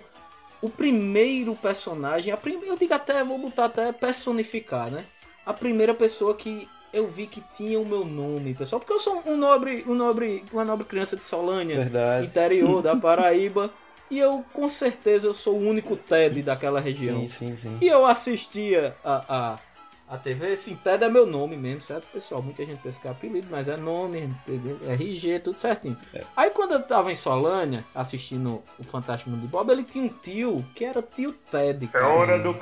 S6: o primeiro personagem. A prim... Eu digo até, vou botar até personificar, né? A primeira pessoa que eu vi que tinha o meu nome, pessoal. Porque eu sou um nobre, um nobre, uma nobre criança de Solânia.
S4: Verdade.
S6: interior da Paraíba. E eu, com certeza, eu sou o único Ted daquela região.
S4: Sim, sim, sim.
S6: E eu assistia a, a, A TV Sinteda é meu nome mesmo, certo, pessoal? Muita gente pensa que é apelido, mas é nome, RG, tudo certinho.
S8: É.
S6: Aí quando eu tava em Solânia, assistindo o Fantástico Mundo de Bob, ele tinha um tio que era tio Ted.
S8: É hora do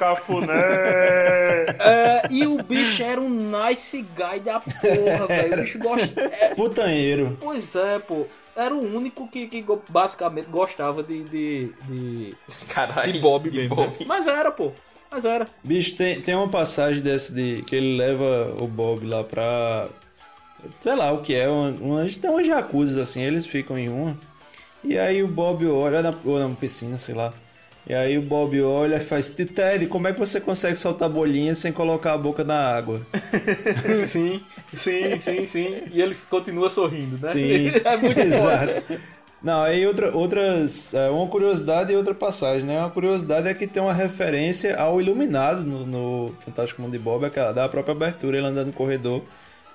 S8: cafuné!
S6: É, e o bicho era um nice guy da porra, velho. O bicho gosta. é,
S4: Putanheiro.
S6: pois é, pô. Era o único que, que go- basicamente gostava de, de, de,
S8: Caralho.
S6: de Bob
S8: de
S6: mesmo.
S8: Bob.
S6: velho. Mas era, pô. Mas era.
S4: Bicho, tem, tem uma passagem dessa de que ele leva o Bob lá pra. Sei lá o que é, uma, uma, tem umas jacuzzi assim, eles ficam em uma. E aí o Bob olha, na, ou na piscina, sei lá. E aí o Bob olha e faz: "Tio Ted, como é que você consegue soltar bolinha sem colocar a boca na água?
S6: Sim, sim, sim, sim. E ele continua sorrindo, né?
S4: Sim,
S6: é muito bom.
S4: exato. Não, aí outra, outras, é, uma curiosidade e outra passagem, né? Uma curiosidade é que tem uma referência ao Iluminado no, no Fantástico Mundo de Bob, aquela da própria abertura, ele andando no corredor.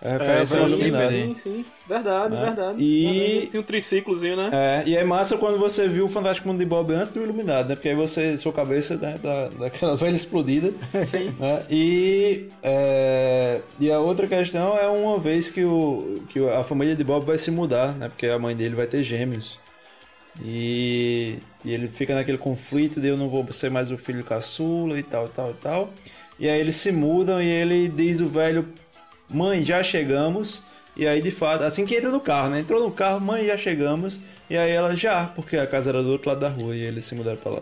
S4: É a referência ao
S6: Sim,
S4: Iluminado.
S6: sim, assim, sim. Ah, Verdade,
S4: Né?
S6: verdade.
S4: E-
S6: Tem um triciclozinho, né?
S4: É, e é massa quando você viu o Fantástico Mundo de Bob antes do Iluminado, né? Porque aí você, sua cabeça, né, dá, dá aquela velha explodida.
S6: Sim.
S4: né? E, é, e a outra questão é uma vez que, o, que a família de Bob vai se mudar, né? Porque a mãe dele vai ter gêmeos. E, e ele fica naquele conflito de eu não vou ser mais o filho caçula e tal, tal, tal. E aí eles se mudam e ele diz o velho, mãe, já chegamos. E aí, de fato, assim que entra no carro, né? Entrou no carro, mãe, já chegamos. E aí ela, já, porque a casa era do outro lado da rua e eles se mudaram pra lá.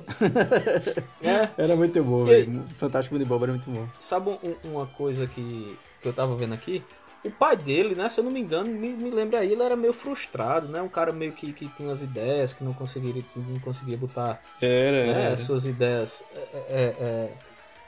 S6: É.
S7: Era muito bom,
S6: E-
S7: velho. Fantástico Mundo de Bob era muito bom.
S6: Sabe um- uma coisa que, que eu tava vendo aqui? O pai dele, né, se eu não me engano, me, me lembra aí, ele era meio frustrado, né? Um cara meio que, que tinha as ideias, que não conseguiria, não conseguia botar
S4: Era,
S6: né,
S4: era.
S6: as suas ideias é, é, é,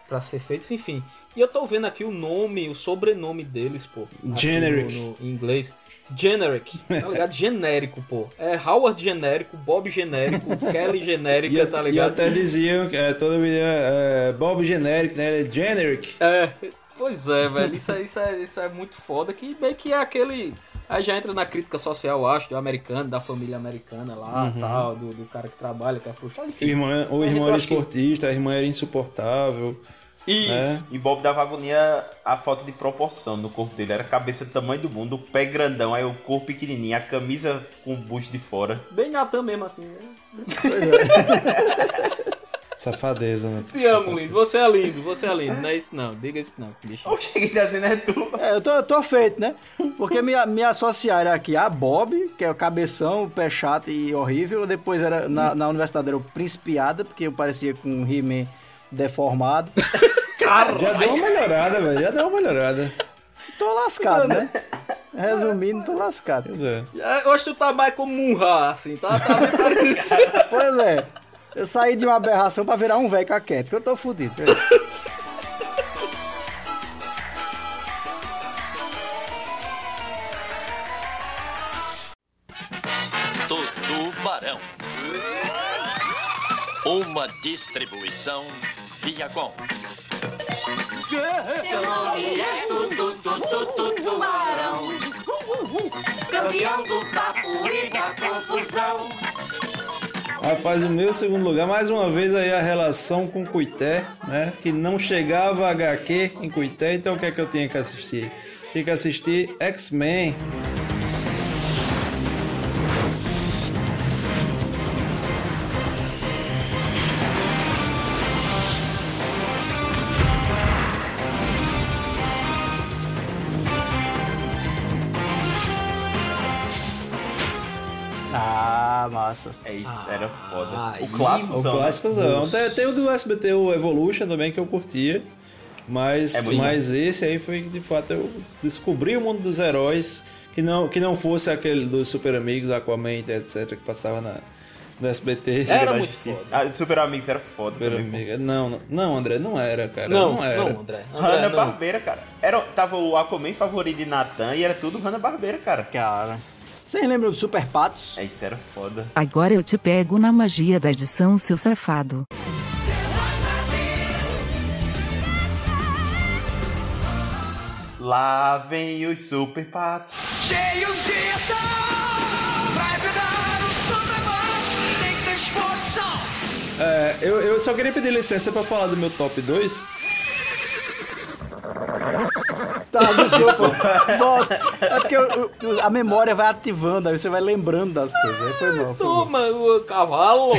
S6: pra ser feitas, enfim. E eu tô vendo aqui o nome, o sobrenome deles, pô. aqui
S4: Generic.
S6: No, no- em inglês. Generic. Tá ligado? Genérico, pô. É Howard genérico, Bob genérico, Kelly
S4: E,
S6: genérica,
S4: a-
S6: tá
S4: e
S6: ligado?
S4: até diziam que é, todo mundo é, Bob Generic, né? Ele é Generic.
S6: É, pois é, velho. Isso, é- isso, é, isso é muito foda. Que bem que é aquele. Aí já entra na crítica social, eu acho, do americano, da família americana lá
S4: Uhum.
S6: tal, do, do cara que trabalha, que é frustrado,
S4: O
S6: enfim.
S4: irmão, o
S6: Mas
S4: irmão
S6: eu
S4: era
S6: acho que-
S4: esportista, a irmã era insuportável. né?
S6: Isso.
S8: E Bob dava agonia a falta de proporção no corpo dele. Era a cabeça do tamanho do mundo, o pé grandão, aí o corpo pequenininho, a camisa com o bucho de fora.
S6: Bem Natan mesmo, assim. Né?
S4: Safadeza, né?
S6: Te amo,
S4: Safadeza.
S6: lindo. Você é lindo, você é lindo. Não é isso não, diga isso não, bicho.
S8: Eu cheguei dizendo, é tu.
S7: É, eu tô, eu tô feito, né? Porque me, me associaram aqui a Bob, que é o cabeção, o pé chato e horrível. Depois era na, na universidade era o Principiada, porque eu parecia com um He-Man deformado.
S4: Já deu uma melhorada, velho. Já deu uma melhorada.
S7: Tô lascado, né? Resumindo, tô lascado.
S4: Pois é.
S6: É, Hoje tu tá mais como um rá, assim, tá? Tá bem parecido.
S7: Pois é. Eu saí de uma aberração pra virar um velho caquete, que eu tô fudido. velho.
S2: Tubarão. Uma distribuição Viacom.
S5: Seu nome é Tutu, Tutu, Tutu, Tubarão. Campeão do papo e da confusão.
S4: Rapaz, o meu segundo lugar, mais uma vez aí a relação com Cuité, né? Que não chegava HQ em Cuité, então o que é que eu tinha que assistir? Tinha que assistir X-Men.
S7: Ah, massa.
S8: Aí, era foda.
S6: aí-
S8: o clássico,
S4: O clássicozão. Tem, tem o do SBT, o Evolution também, que eu curtia. Mas,
S8: É muito
S4: mas esse aí foi que de fato eu descobri o mundo dos heróis. Que não, que não fosse aquele dos Super Amigos, Aquaman, etc., que passava na, no SBT.
S6: Era
S8: da
S6: muito
S8: Justiça.
S6: foda.
S8: Ah, Super Amigos era foda
S4: Super
S8: também.
S4: Amigo. Não, não- não, André, não era, cara.
S6: Não,
S4: Não,
S6: não,
S4: era.
S6: André. André
S8: Hanna
S6: não. é
S8: Barbeira, cara. Era, tava o Aquaman favorito de Natan e era tudo Hanna Barbeira, cara.
S7: Cara. Vocês lembram do Super Patos?
S8: Eita, era foda.
S9: Agora eu te pego na magia da edição, seu safado.
S8: Lá vem os super patos.
S2: Cheios de ação, vai virar um sobremate, tem disposição.
S4: É, eu, eu só queria pedir licença pra falar do meu top 2.
S8: isso, pô.
S7: Tá, Volta. É porque o- o- a memória vai ativando, aí você vai lembrando das coisas. Aí foi mal. Foi mal.
S6: Toma, o cavalo!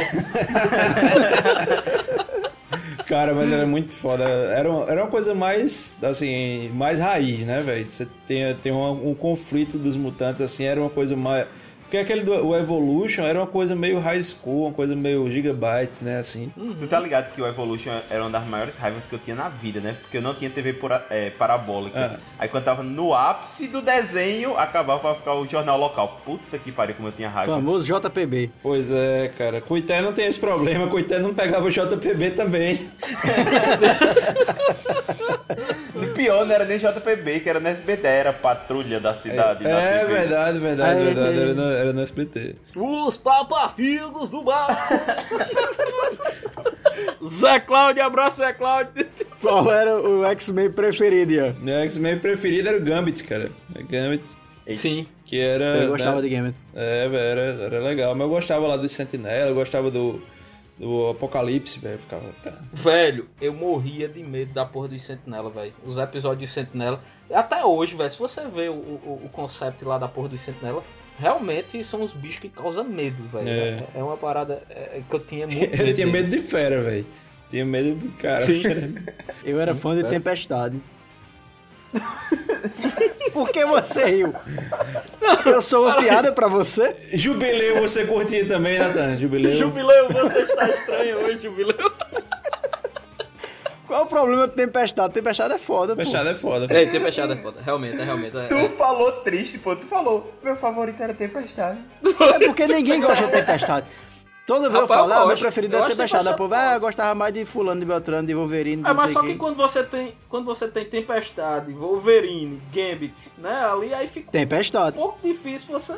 S4: Cara, mas era muito foda. Era uma, era uma coisa mais, assim, mais raiz, né, velho? Você tem, tem um, um conflito dos mutantes, assim, era uma coisa mais... Porque aquele do o Evolution era uma coisa meio high school, uma coisa meio gigabyte, né, assim.
S8: Tu tá ligado que o Evolution era uma das maiores raivas que eu tinha na vida, né? Porque eu não tinha TV pora- é, parabólica.
S4: É.
S8: Aí quando tava no ápice do desenho, acabava pra ficar o jornal local. Puta que pariu, como eu tinha raiva.
S7: Famoso JPB.
S4: Pois é, cara. Coité não tem esse problema, Coité não pegava o JPB também.
S8: E pior, não era nem JPB, que era na SBT, era Patrulha da Cidade. na
S4: é,
S8: TV.
S4: verdade, verdade,
S7: Aí,
S4: verdade.
S7: aí.
S4: Era no, era no SBT.
S6: Os papafigos do mar! Zé Cláudio, abraço Zé Cláudio!
S7: Qual era o X-Men preferido, Ian?
S4: Meu X-Men preferido era o Gambit, cara. Gambit,
S6: Sim.
S4: que era...
S7: Eu gostava
S4: né?
S7: de Gambit.
S4: É, velho, era, era legal. Mas eu gostava lá do Sentinela, eu gostava do, do Apocalipse, velho. eu Ficava. tá.
S6: Velho, eu morria de medo da porra dos Sentinela, velho. Os episódios de Sentinela. Até hoje, velho, se você vê o, o, o concept lá da porra dos Sentinela, realmente são os bichos que causam medo, velho.
S4: É.
S6: É. é uma parada é, que eu tinha muito medo.
S4: Eu tinha medo
S6: deles.
S4: de fera, velho. Tinha medo do cara.
S7: Eu era fã de Tempestade. Por que você riu? Eu sou uma piada pra você?
S4: Jubileu você curtia também, Natan? Jubileu.
S6: Jubileu, você está estranho hoje, Jubileu.
S7: Qual é o problema de Tempestade? Tempestade é foda, pô.
S4: Fechado é foda.
S6: É, tem fechado é foda. Realmente, é realmente. É,
S8: Tu falou triste, pô. Tu falou, meu favorito era Tempestade.
S7: É porque ninguém gosta de Tempestade. Toda vez eu
S6: Rapaz, eu
S7: falo, ah, meu
S6: gosto.
S7: preferido
S6: Eu
S7: é
S6: acho
S7: Tempestade. Aí O
S6: Tempestade
S7: povo, ah, eu gostava mais de fulano, de Beltrano, de Wolverine, de
S6: É,
S7: não
S6: mas
S7: sei
S6: só que
S7: quem.
S6: quando você tem quando você tem Tempestade, Wolverine, Gambit, né? Ali aí fica um
S7: Tempestade.
S6: pouco difícil você.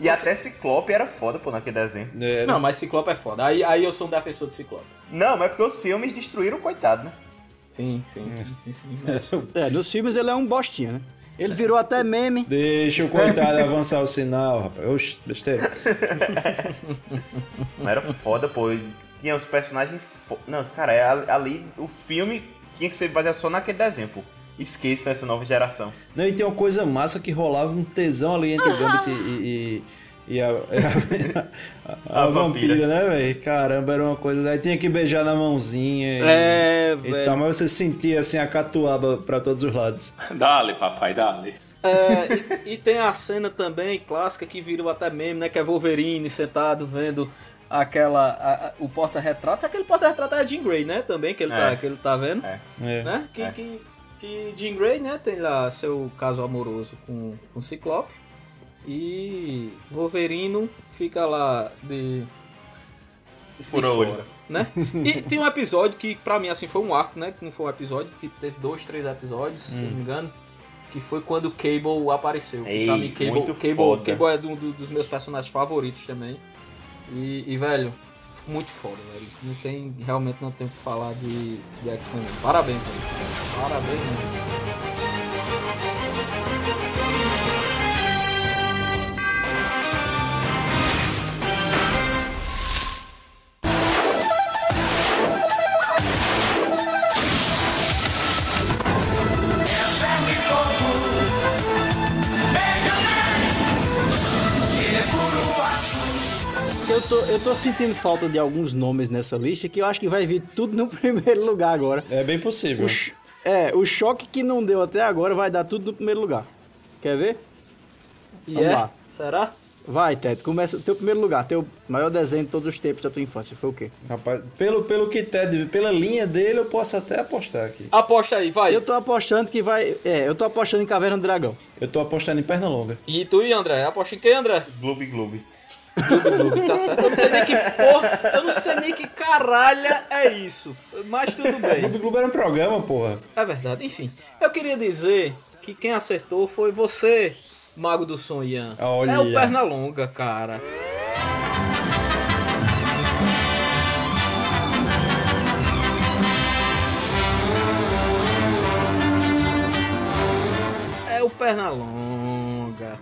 S8: E até Ciclope era foda, pô, naquele desenho.
S4: É,
S6: Não, mas Ciclope é foda. Aí, aí eu sou um defensor de Ciclope.
S8: Não, mas é porque os filmes destruíram o coitado, né?
S6: Sim, sim, sim, sim, sim. sim.
S7: É, nos filmes ele é um bostinha, né? Ele virou até meme.
S4: Deixa o coitado avançar o sinal, rapaz. Oxi, besteira.
S8: Mas era foda, pô. E Tinha os personagens. Fo... Não, cara, é ali- ali o filme tinha que ser baseado só naquele desenho, pô. Esqueçam essa nova geração.
S4: Não, e tem uma coisa massa que rolava um tesão ali entre o Gambit e, e, e a, a, a- a
S8: A
S4: vampira,
S8: vampira.
S4: né, velho? Caramba, era uma coisa. Aí tinha que beijar na mãozinha. e-
S6: É,
S4: E
S6: velho.
S4: tal, mas você sentia assim a catuaba pra todos os lados.
S10: Dale, papai, dale.
S6: É, e, e tem a cena também clássica que virou até meme, né? Que é Wolverine sentado vendo aquela a- a- o porta-retrato. Aquele porta-retrato é Jean Grey, né? Também que ele, tá,
S8: É.
S6: que ele tá vendo.
S4: É.
S6: né? Que,
S8: É.
S6: que, que Jean Grey, né, tem lá seu caso amoroso com com o Ciclope. E Wolverino fica lá de.
S8: Furou o olho.
S6: Né? E tem um episódio que pra mim assim foi um arco, né? Que não foi um episódio, que teve dois, três episódios, se não
S8: Hum.
S6: me engano. Que foi quando o Cable apareceu. Que pra
S8: Ei,
S6: mim, Cable,
S8: muito
S6: Cable,
S8: foda.
S6: Cable é um do- dos meus personagens favoritos também. E, e, velho, muito foda, velho. Não tem, realmente não tem o que falar de, de X-Men. Parabéns, velho. Parabéns, mesmo.
S7: Eu tô, eu tô sentindo falta de alguns nomes nessa lista que eu acho que vai vir tudo no primeiro lugar agora.
S4: É bem possível.
S7: O ch- é, o choque que não deu até agora vai dar tudo no primeiro lugar. Quer ver?
S6: E
S7: Vamos
S6: é?
S7: lá.
S6: Será?
S7: Vai, Ted, começa. Teu primeiro lugar, teu maior desenho de todos os tempos da tua infância, foi o quê?
S4: Rapaz, pelo, pelo que Ted, pela linha dele, eu posso até apostar aqui.
S6: Aposta aí, vai.
S7: Eu tô apostando que vai. É, eu tô apostando em Caverna do Dragão.
S4: Eu tô apostando em perna longa.
S6: E tu e André? Aposta em quem, André?
S8: Gloob Gloob.
S6: tá certo. Eu não sei nem que porra, eu não sei nem que caralha é isso. Mas tudo
S4: O
S6: bem.
S4: Globo era um programa, porra.
S6: É verdade. Enfim, eu queria dizer que quem acertou foi você, Mago do Som, Ian.
S4: Olha.
S6: É o Pernalonga, cara. É o Pernalonga.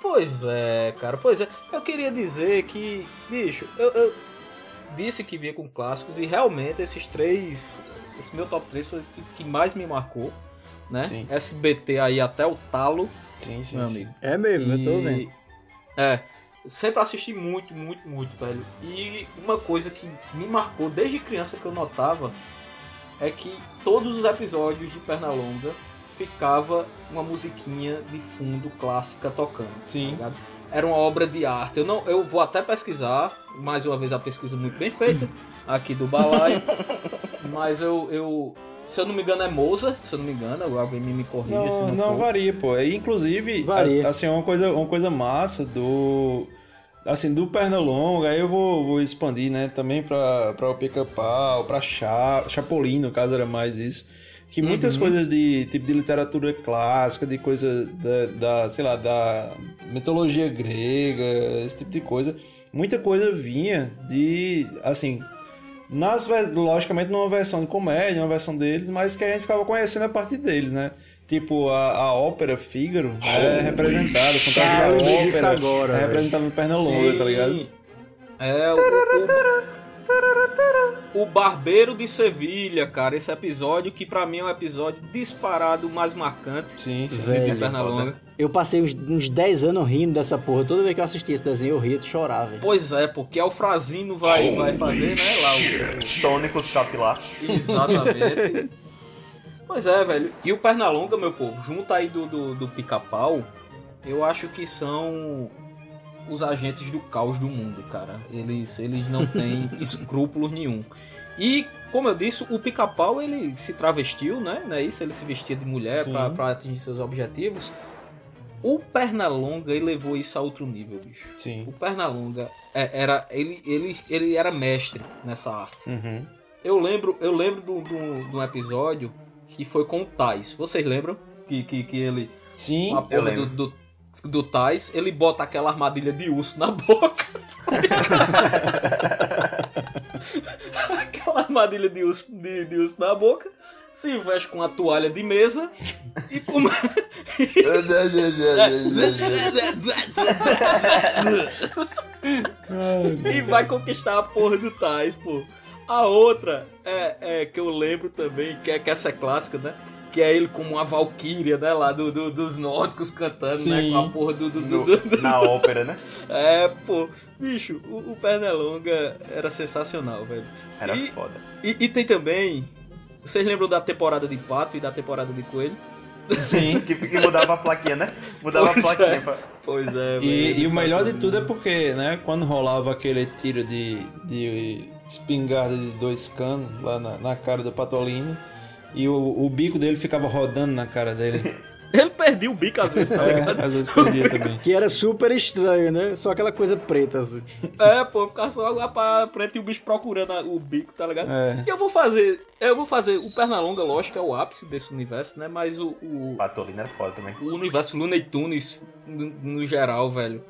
S6: Pois é, cara. Pois é. Eu queria dizer que, bicho, eu, eu disse que vinha com clássicos e realmente esses três. Esse meu top 3 foi o que- que mais me marcou. né?
S4: Sim.
S6: SBT aí até o talo,
S4: Sim, sim.
S6: meu
S4: sim.
S6: amigo.
S7: É mesmo, eu tô
S6: E-
S7: vendo.
S6: É. Eu sempre assisti muito, muito, muito, velho. E uma coisa que me marcou desde criança que eu notava é que todos os episódios de Pernalonga ficava uma musiquinha de fundo clássica tocando. tá
S4: Sim.
S6: ligado? Era uma obra de arte. Eu não, eu vou até pesquisar, mais uma vez a pesquisa muito bem feita aqui do Balai. mas eu, eu, se eu não me engano é Mozart, se eu não me engano, alguém me corrija se
S4: Não,
S6: não,
S4: não
S6: for.
S4: varia, pô. E, inclusive,
S7: Varia.
S4: a- assim, uma coisa, uma coisa massa do. Assim, do Pernalonga, aí eu vou, vou expandir, né? Também pra, pra o Pica-Pau, pra Cha, Chapolin, no caso era mais isso. Que
S6: Uhum.
S4: muitas coisas de tipo de literatura clássica, de coisa da, da, sei lá, da mitologia grega, esse tipo de coisa, muita coisa vinha de, assim, nas, ve- logicamente numa versão de comédia, uma versão deles, mas que a gente ficava conhecendo a partir deles, né? Tipo, a, a ópera Fígaro é representada, o
S7: Oh, Cara, eu
S4: fantasma da
S7: lembrei disso
S4: ópera
S7: agora.
S4: é
S7: velho.
S4: representado no Pernalonga, tá ligado?
S6: É, o- o, o, Barbeiro de Sevilha, cara. Esse episódio que pra mim é um episódio disparado mais marcante
S4: Sim, sim.
S6: de
S7: Velho,
S6: Pernalonga.
S7: eu passei uns, uns 10 anos rindo dessa porra. Toda vez que eu assistia esse desenho, eu ria de chorar, velho.
S6: Pois é, porque Alfrazino vai, vai fazer, né, lá o- o,
S8: Tônicos capilar.
S6: Exatamente. pois é, velho. E o Pernalonga, meu povo, junto aí do, do, do pica-pau, eu acho que são os agentes do caos do mundo, cara. Eles, eles não têm escrúpulos nenhum. E, como eu disse, o pica-pau, ele se travestiu, né? Não é isso? Ele se vestia de mulher
S4: Sim.
S6: pra, pra atingir seus objetivos. O Pernalonga, ele levou isso a outro nível, bicho.
S4: Sim.
S6: O Pernalonga, é, era, ele, ele, ele era mestre nessa arte.
S4: Uhum.
S6: Eu lembro, eu lembro de um- de um de um episódio que foi com o Tais. Vocês lembram? Que, que, que ele.
S4: Sim,
S6: Com a porra do,
S8: lembro.
S6: do, do Tais, ele bota aquela armadilha de urso na boca. aquela armadilha de urso, de, de urso na boca. Se veste com a toalha de mesa e come-
S7: Ah,
S6: e vai conquistar a porra do Tais, pô. A outra é, é que eu lembro também, que, é, que essa é clássica, né? Que é ele como uma valquíria, né? Lá do, do- dos nórdicos cantando, né?
S4: Sim.
S6: Com a porra do. do, do-
S8: No-
S6: do-
S8: na ópera, né?
S6: É, pô. Bicho, o, o Pernalonga era sensacional, velho.
S8: Era
S6: E-
S8: foda.
S6: E, e tem também. Vocês lembram da temporada de pato e da temporada de coelho?
S4: sim.
S8: Que, que mudava a plaquinha, né? Mudava
S6: Pois
S8: a plaquinha.
S6: é.
S8: pra-
S6: Pois é, velho.
S4: E, e o melhor de tudo é porque, né, quando rolava aquele tiro de, de espingarda de dois canos lá na, na cara do Patolini, e o, o bico dele ficava rodando na cara dele.
S6: Ele perdia o bico às vezes, tá
S4: É,
S6: ligado?
S4: às vezes perdia também.
S7: Que era super estranho, né? Só aquela coisa preta, assim.
S6: É, pô, ficar só lá pra frente e o bicho procurando a- o bico, tá ligado?
S4: É.
S6: E eu vou fazer. Eu vou fazer. O Pernalonga, lógico, é o ápice desse universo, né? Mas o. o-
S8: Patolino era foda também.
S6: o universo Looney Tunes, no, no geral, velho,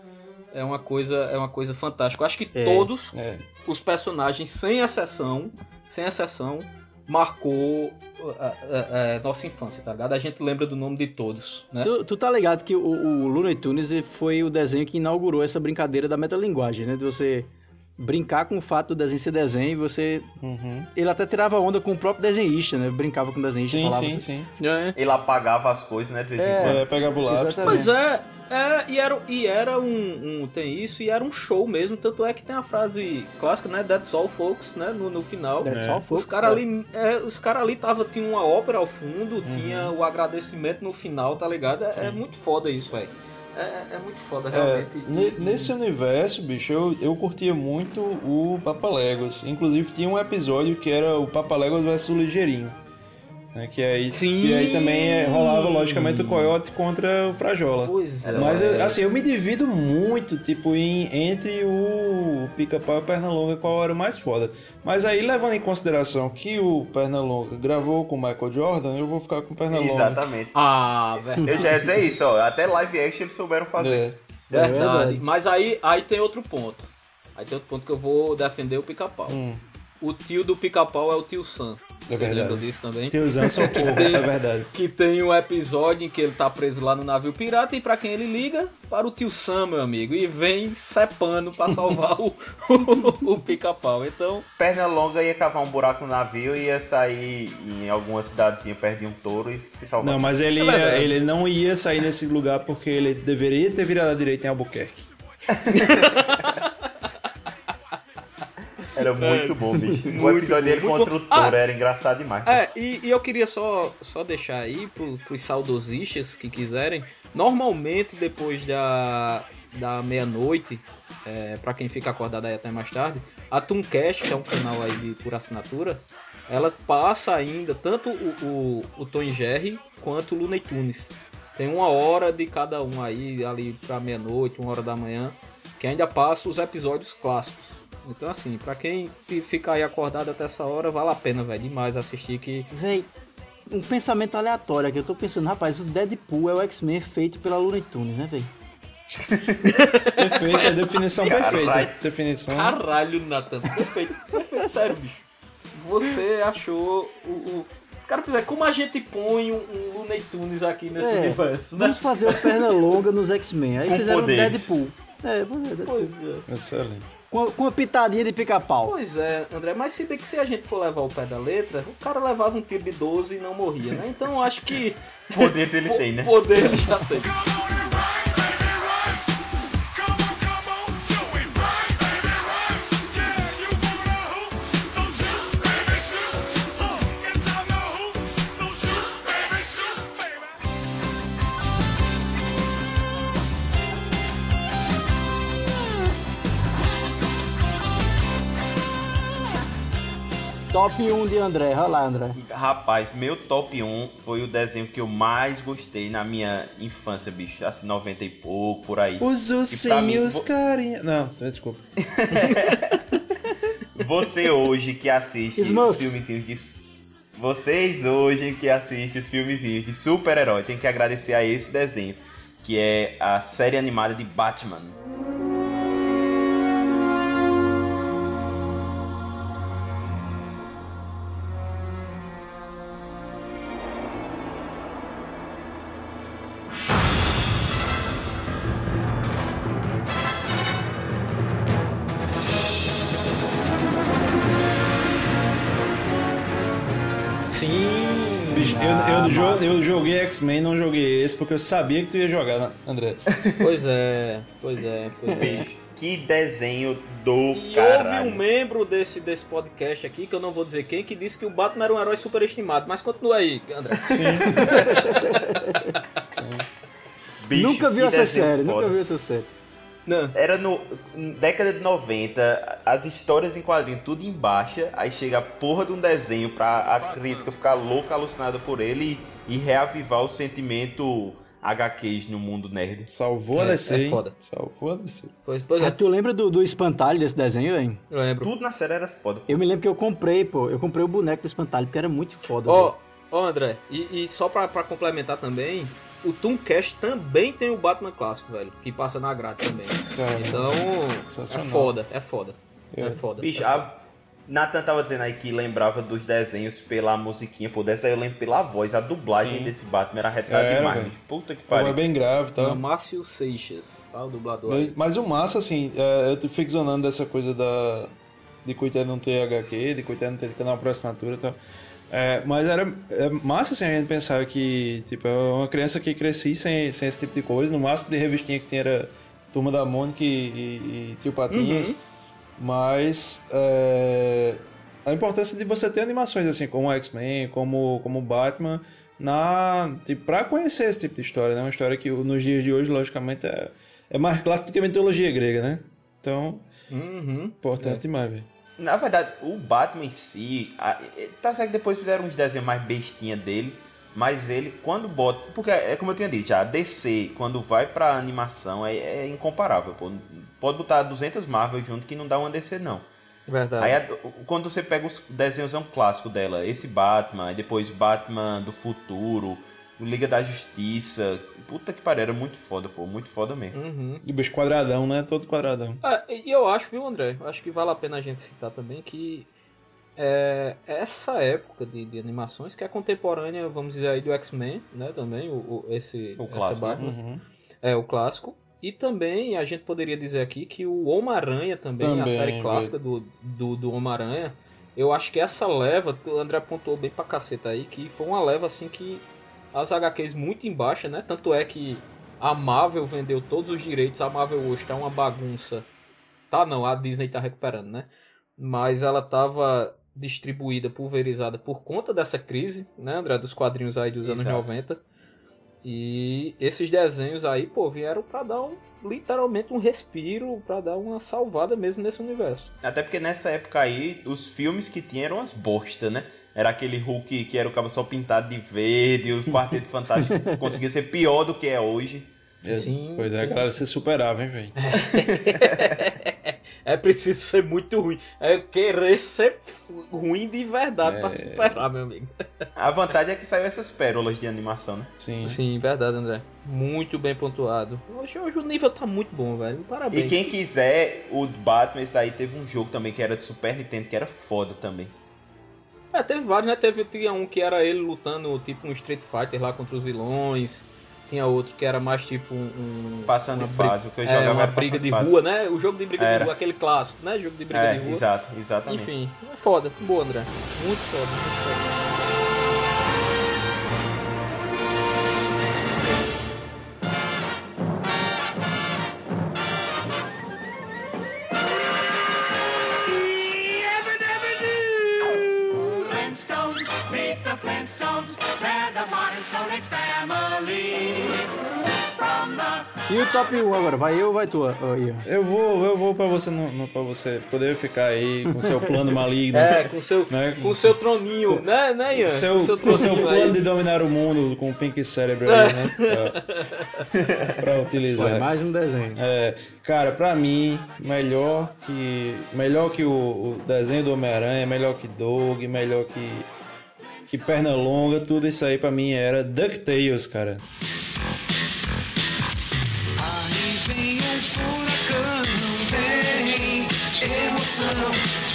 S6: é uma coisa, é uma coisa fantástica. Eu acho que
S7: É.
S6: todos
S4: É.
S6: os personagens, sem exceção, sem exceção, marcou uh, uh, uh, uh, nossa infância, tá ligado? A gente lembra do nome de todos, né?
S7: Tu, tu tá ligado que o, o Looney Tunes foi o desenho que inaugurou essa brincadeira da metalinguagem, né? De você brincar com o fato do desenho ser desenho e você...
S4: Uhum.
S7: Ele até tirava onda com o próprio desenhista, né? Brincava com o desenhista e
S4: Sim,
S7: falava... assim.
S4: sim, sim.
S6: É.
S8: Ele apagava as coisas, né? De vez em quando.
S4: É, pegava o lápis.
S7: Exatamente.
S6: Pois é, é, e era, e era um, um- Tem isso, e era um show mesmo. Tanto é que tem a frase clássica, né? That's all, folks, né? No, no final.
S7: That's
S4: É.
S7: all, folks,
S6: Os caras ali, é, os cara ali tava, tinha uma ópera ao fundo,
S4: Uhum.
S6: tinha o agradecimento no final, tá ligado? É, é muito foda isso, velho. É, é muito foda,
S4: É,
S6: realmente.
S4: ne- nesse universo, bicho, eu, eu curtia muito o Papa Legos. Inclusive tinha um episódio que era o Papa Legos versus o Ligeirinho. Né, que aí,
S6: Sim.
S4: E aí também é, rolava, logicamente, o Coyote contra o Frajola.
S6: Pois é.
S4: Mas eu- assim, eu me divido muito, tipo, em- entre o Pica-Pau e o Pernalonga, qual era o mais foda. Mas aí, levando em consideração que o Pernalonga gravou com o Michael Jordan, eu vou ficar com o Pernalonga.
S8: Exatamente.
S6: Ah, velho.
S8: Eu já ia dizer isso, ó. Até live action eles souberam fazer.
S4: É.
S6: Verdade.
S7: verdade.
S6: Mas aí, aí tem outro ponto. Aí tem outro ponto que eu vou defender o pica-pau.
S4: Hum.
S6: o tio do pica-pau é o tio Sam. Você
S4: verdade.
S6: lembra disso também?
S4: Tem os anos são porra,
S6: Tem-
S4: é verdade.
S6: Que tem um episódio em que ele tá preso lá no navio pirata e pra quem ele liga? Para o tio Sam, meu amigo. E vem sepando pra salvar o, o, pica-pau. Então,
S8: Perna longa ia cavar um buraco no navio e ia sair em alguma cidadezinha perto de um touro e se salvar.
S4: Não, mas ele,
S6: É
S4: ia-
S6: verdade.
S4: ele não ia sair nesse lugar porque ele deveria ter virado à direita em Albuquerque.
S8: Era muito bom, bicho.
S6: É,
S8: o
S6: muito
S8: episódio dele
S6: bom, muito
S8: contra o
S6: bom.
S8: touro era engraçado demais.
S6: é, e, e eu queria só, só deixar aí pro, pros saudosistas que quiserem. Normalmente, depois da, da meia-noite, é, pra quem fica acordado aí até mais tarde, a Tooncast, que é um canal aí de- por assinatura, ela passa ainda tanto o, o, o Tom e Jerry quanto o Looney Tunes. Tem uma hora de cada um aí, ali pra meia-noite, uma hora da manhã, que ainda passa os episódios clássicos. Então, assim, pra quem fi- ficar aí acordado até essa hora, vale a pena, velho, demais assistir que...
S7: Véi, um pensamento aleatório aqui. Eu tô pensando, rapaz, o Deadpool é o X-Men feito pela Looney Tunes, né, véi?
S4: Perfeita, definição perfeita. Definição.
S6: Caralho, Nathan, perfeito, perfeito, sério, bicho. Você achou o... o- Os caras fizeram, como a gente põe um, um Looney Tunes aqui nesse
S7: É,
S6: universo, né?
S7: Vamos fazer o perna longa nos X-Men. Aí
S8: Com
S7: fizeram o
S8: poderes.
S7: Deadpool. É, pois é, Deadpool.
S6: Pois é.
S4: Excelente.
S7: com, com uma pitadinha de pica-pau.
S6: Pois é, André, mas se bem que se a gente for levar o pé da letra, o cara levava um tiro de 12 e não morria, né? Então eu acho que
S8: Poderes ele
S6: po-
S8: tem, né?
S6: poder ele já tem.
S10: Uh,
S7: Top 1 de André. Olha lá, André.
S8: Rapaz, meu top 1 foi o desenho que eu mais gostei na minha infância, bicho. Assim, 90 e pouco, por aí.
S4: Os
S8: E pra mim,
S4: ursinhos
S8: vo-
S4: carinha. Não, desculpa.
S8: Você hoje que assiste os
S7: Smurfs.
S8: filmezinhos de... Vocês hoje que assistem os filmezinhos de super-herói tem que agradecer a esse desenho, que é a série animada de Batman.
S6: Sim.
S4: Bicho,
S6: Ah,
S4: eu, eu, jo- eu joguei X-Men, não joguei esse, porque eu sabia que tu ia jogar, né, André.
S6: Pois é, pois é, pois é.
S8: Bicho, que desenho do
S6: E houve um
S8: caralho.
S6: membro desse, desse podcast aqui, que eu não vou dizer quem, que disse que o Batman era um herói superestimado. Mas continua aí, André.
S8: Bicho,
S7: nunca viu
S8: que
S7: essa
S8: desenho
S7: série,
S8: foda. Né?
S7: nunca viu essa série.
S6: Não.
S8: Era no na década de 90, as histórias em quadrinho tudo em baixa, aí chega a porra de um desenho pra a crítica ficar louca, alucinada por ele e, e reavivar o sentimento HQs no mundo nerd.
S4: Salvou a
S6: É,
S4: DC,
S6: é
S4: hein?
S6: foda.
S4: Salvou a DC.
S6: Pois, pois
S7: Ah,
S6: é,
S7: tu lembra do, do espantalho desse desenho, hein?
S6: eu lembro.
S8: Tudo na série era foda.
S7: Eu me lembro que eu comprei, pô. Eu comprei o boneco do espantalho, porque era muito foda.
S6: Ó,
S7: velho.
S6: ó, André, e, e só pra, pra complementar também, o Tooncast também tem o Batman clássico, velho, que passa na grade também. Então, é
S4: Sensacional.
S6: foda, é foda. É foda.
S8: Bicho, a Nathan tava dizendo aí que lembrava dos desenhos pela musiquinha, pô, dessa daí eu lembro pela voz, a dublagem
S4: Sim.
S8: desse Batman era retada
S4: Era,
S8: demais,
S4: velho.
S8: bicho. Puta que
S4: Foi
S8: pariu.
S4: bem grave tá? e
S8: então-
S4: tal.
S6: Márcio Seixas, tá? O dublador.
S4: Mas- Mas o massa, assim, é, eu fico zonando dessa coisa da. De coitado não ter HQ, de coitado não ter canal por assinatura e tal. É, mas era é massa, assim, a gente pensava que, tipo, eu uma criança que cresci sem, sem esse tipo de coisa. No máximo de revistinha que tinha era Turma da Mônica e, e- e Tio Patinhas. Mas é, a importância de você ter animações, assim, como X-Men, como, como Batman, na, tipo, pra conhecer esse tipo de história, né? Uma história que nos dias de hoje, logicamente, é, é mais clássica do que a mitologia grega, né? Então,
S6: Uhum.
S4: importante demais, velho.
S8: Na verdade, o Batman em si, a- é- tá certo que depois fizeram uns desenhos mais bestinha dele, mas ele, quando bota. Porque é como eu tinha dito, já, a DC, quando vai pra animação, é, é incomparável, pô. Pode botar 200 Marvel junto que não dá uma DC, não.
S6: Verdade.
S8: Aí, é- a- quando você pega os desenhos é um clássico dela, esse Batman, aí depois Batman do futuro, o Liga da Justiça, puta que pariu, era muito foda, pô, muito foda mesmo.
S6: Uhum.
S4: E o bicho quadradão, né? Todo quadradão.
S6: Ah, e eu acho, viu, André? Eu Acho que vale a pena a gente citar também que é essa época de, de animações que é contemporânea, vamos dizer aí, do X-Men, né? Também, o, o- esse,
S8: O
S6: essa
S8: clássico, né?
S6: Batman. É, o clássico. E também a gente poderia dizer aqui que o Homem-Aranha também, a
S4: Também,
S6: série clássica do, do, do Homem-Aranha, eu acho que essa leva, o André apontou bem pra caceta aí, que foi uma leva assim que as HQs muito em baixa, né? Tanto é que a Marvel vendeu todos os direitos, a Marvel hoje tá uma bagunça. Tá não, a Disney tá recuperando, né? Mas ela tava distribuída, pulverizada por conta dessa crise, né, André? Dos quadrinhos aí dos anos
S8: Exato.
S6: 90. E esses desenhos aí, pô, vieram pra dar um, literalmente um respiro, pra dar uma salvada mesmo nesse universo.
S8: Até porque nessa época aí, os filmes que tinha eram umas bosta, né? Era aquele Hulk que era o cabo só pintado de verde, o Quarteto Fantástico conseguia ser pior do que é hoje.
S6: Sim,
S4: pois é,
S6: sim.
S4: a galera se superava, hein, velho?
S6: É preciso ser muito ruim. É querer ser f- ruim de verdade pra superar, meu amigo.
S8: A vantagem é que saiu essas pérolas de animação, né?
S4: Sim.
S6: Sim, verdade, André. Muito bem pontuado. Hoje, hoje o nível tá muito bom, velho. Parabéns.
S8: E quem quiser, o Batman, esse daí teve um jogo também que era de Super Nintendo, que era foda também.
S6: É, teve vários, né? Teve, tinha um que era ele lutando, tipo, um Street Fighter lá contra os vilões. Tinha outro que era mais tipo um. um-
S8: Passando
S6: uma
S8: de
S6: briga-
S8: fase, o que eu
S6: é,
S8: jogava
S6: uma
S8: era
S6: briga
S8: passando
S6: de
S8: fase.
S6: rua, né? O jogo de briga de
S8: Era.
S6: rua, aquele clássico, né? Jogo de briga
S8: É,
S6: de rua.
S8: exato, exatamente.
S6: Enfim, é foda. Boa, André. Muito foda, muito foda.
S2: Flintstones, meet the Flintstones, they're the modern Stone Age family. From the
S7: E o top 1 agora? Vai eu ou vai tu, ô, Ian?
S4: Eu vou, eu vou pra você não, não pra você poder ficar aí com seu plano maligno.
S6: É, com seu,
S4: Né?
S6: com seu troninho, né, né, Ian?
S4: Seu,
S6: com seu
S4: com seu
S6: troninho
S4: é plano
S6: aí.
S4: de dominar o mundo com o Pink Cérebro aí, né? Pra, pra
S7: Pô, é
S4: utilizar.
S7: mais um desenho.
S4: É, cara, pra mim, melhor que. Melhor que o, o desenho do Homem-Aranha, melhor que Doug, melhor que. Que perna longa, tudo isso aí pra mim era DuckTales, cara.
S2: Aí vem um furacão, vem emoção,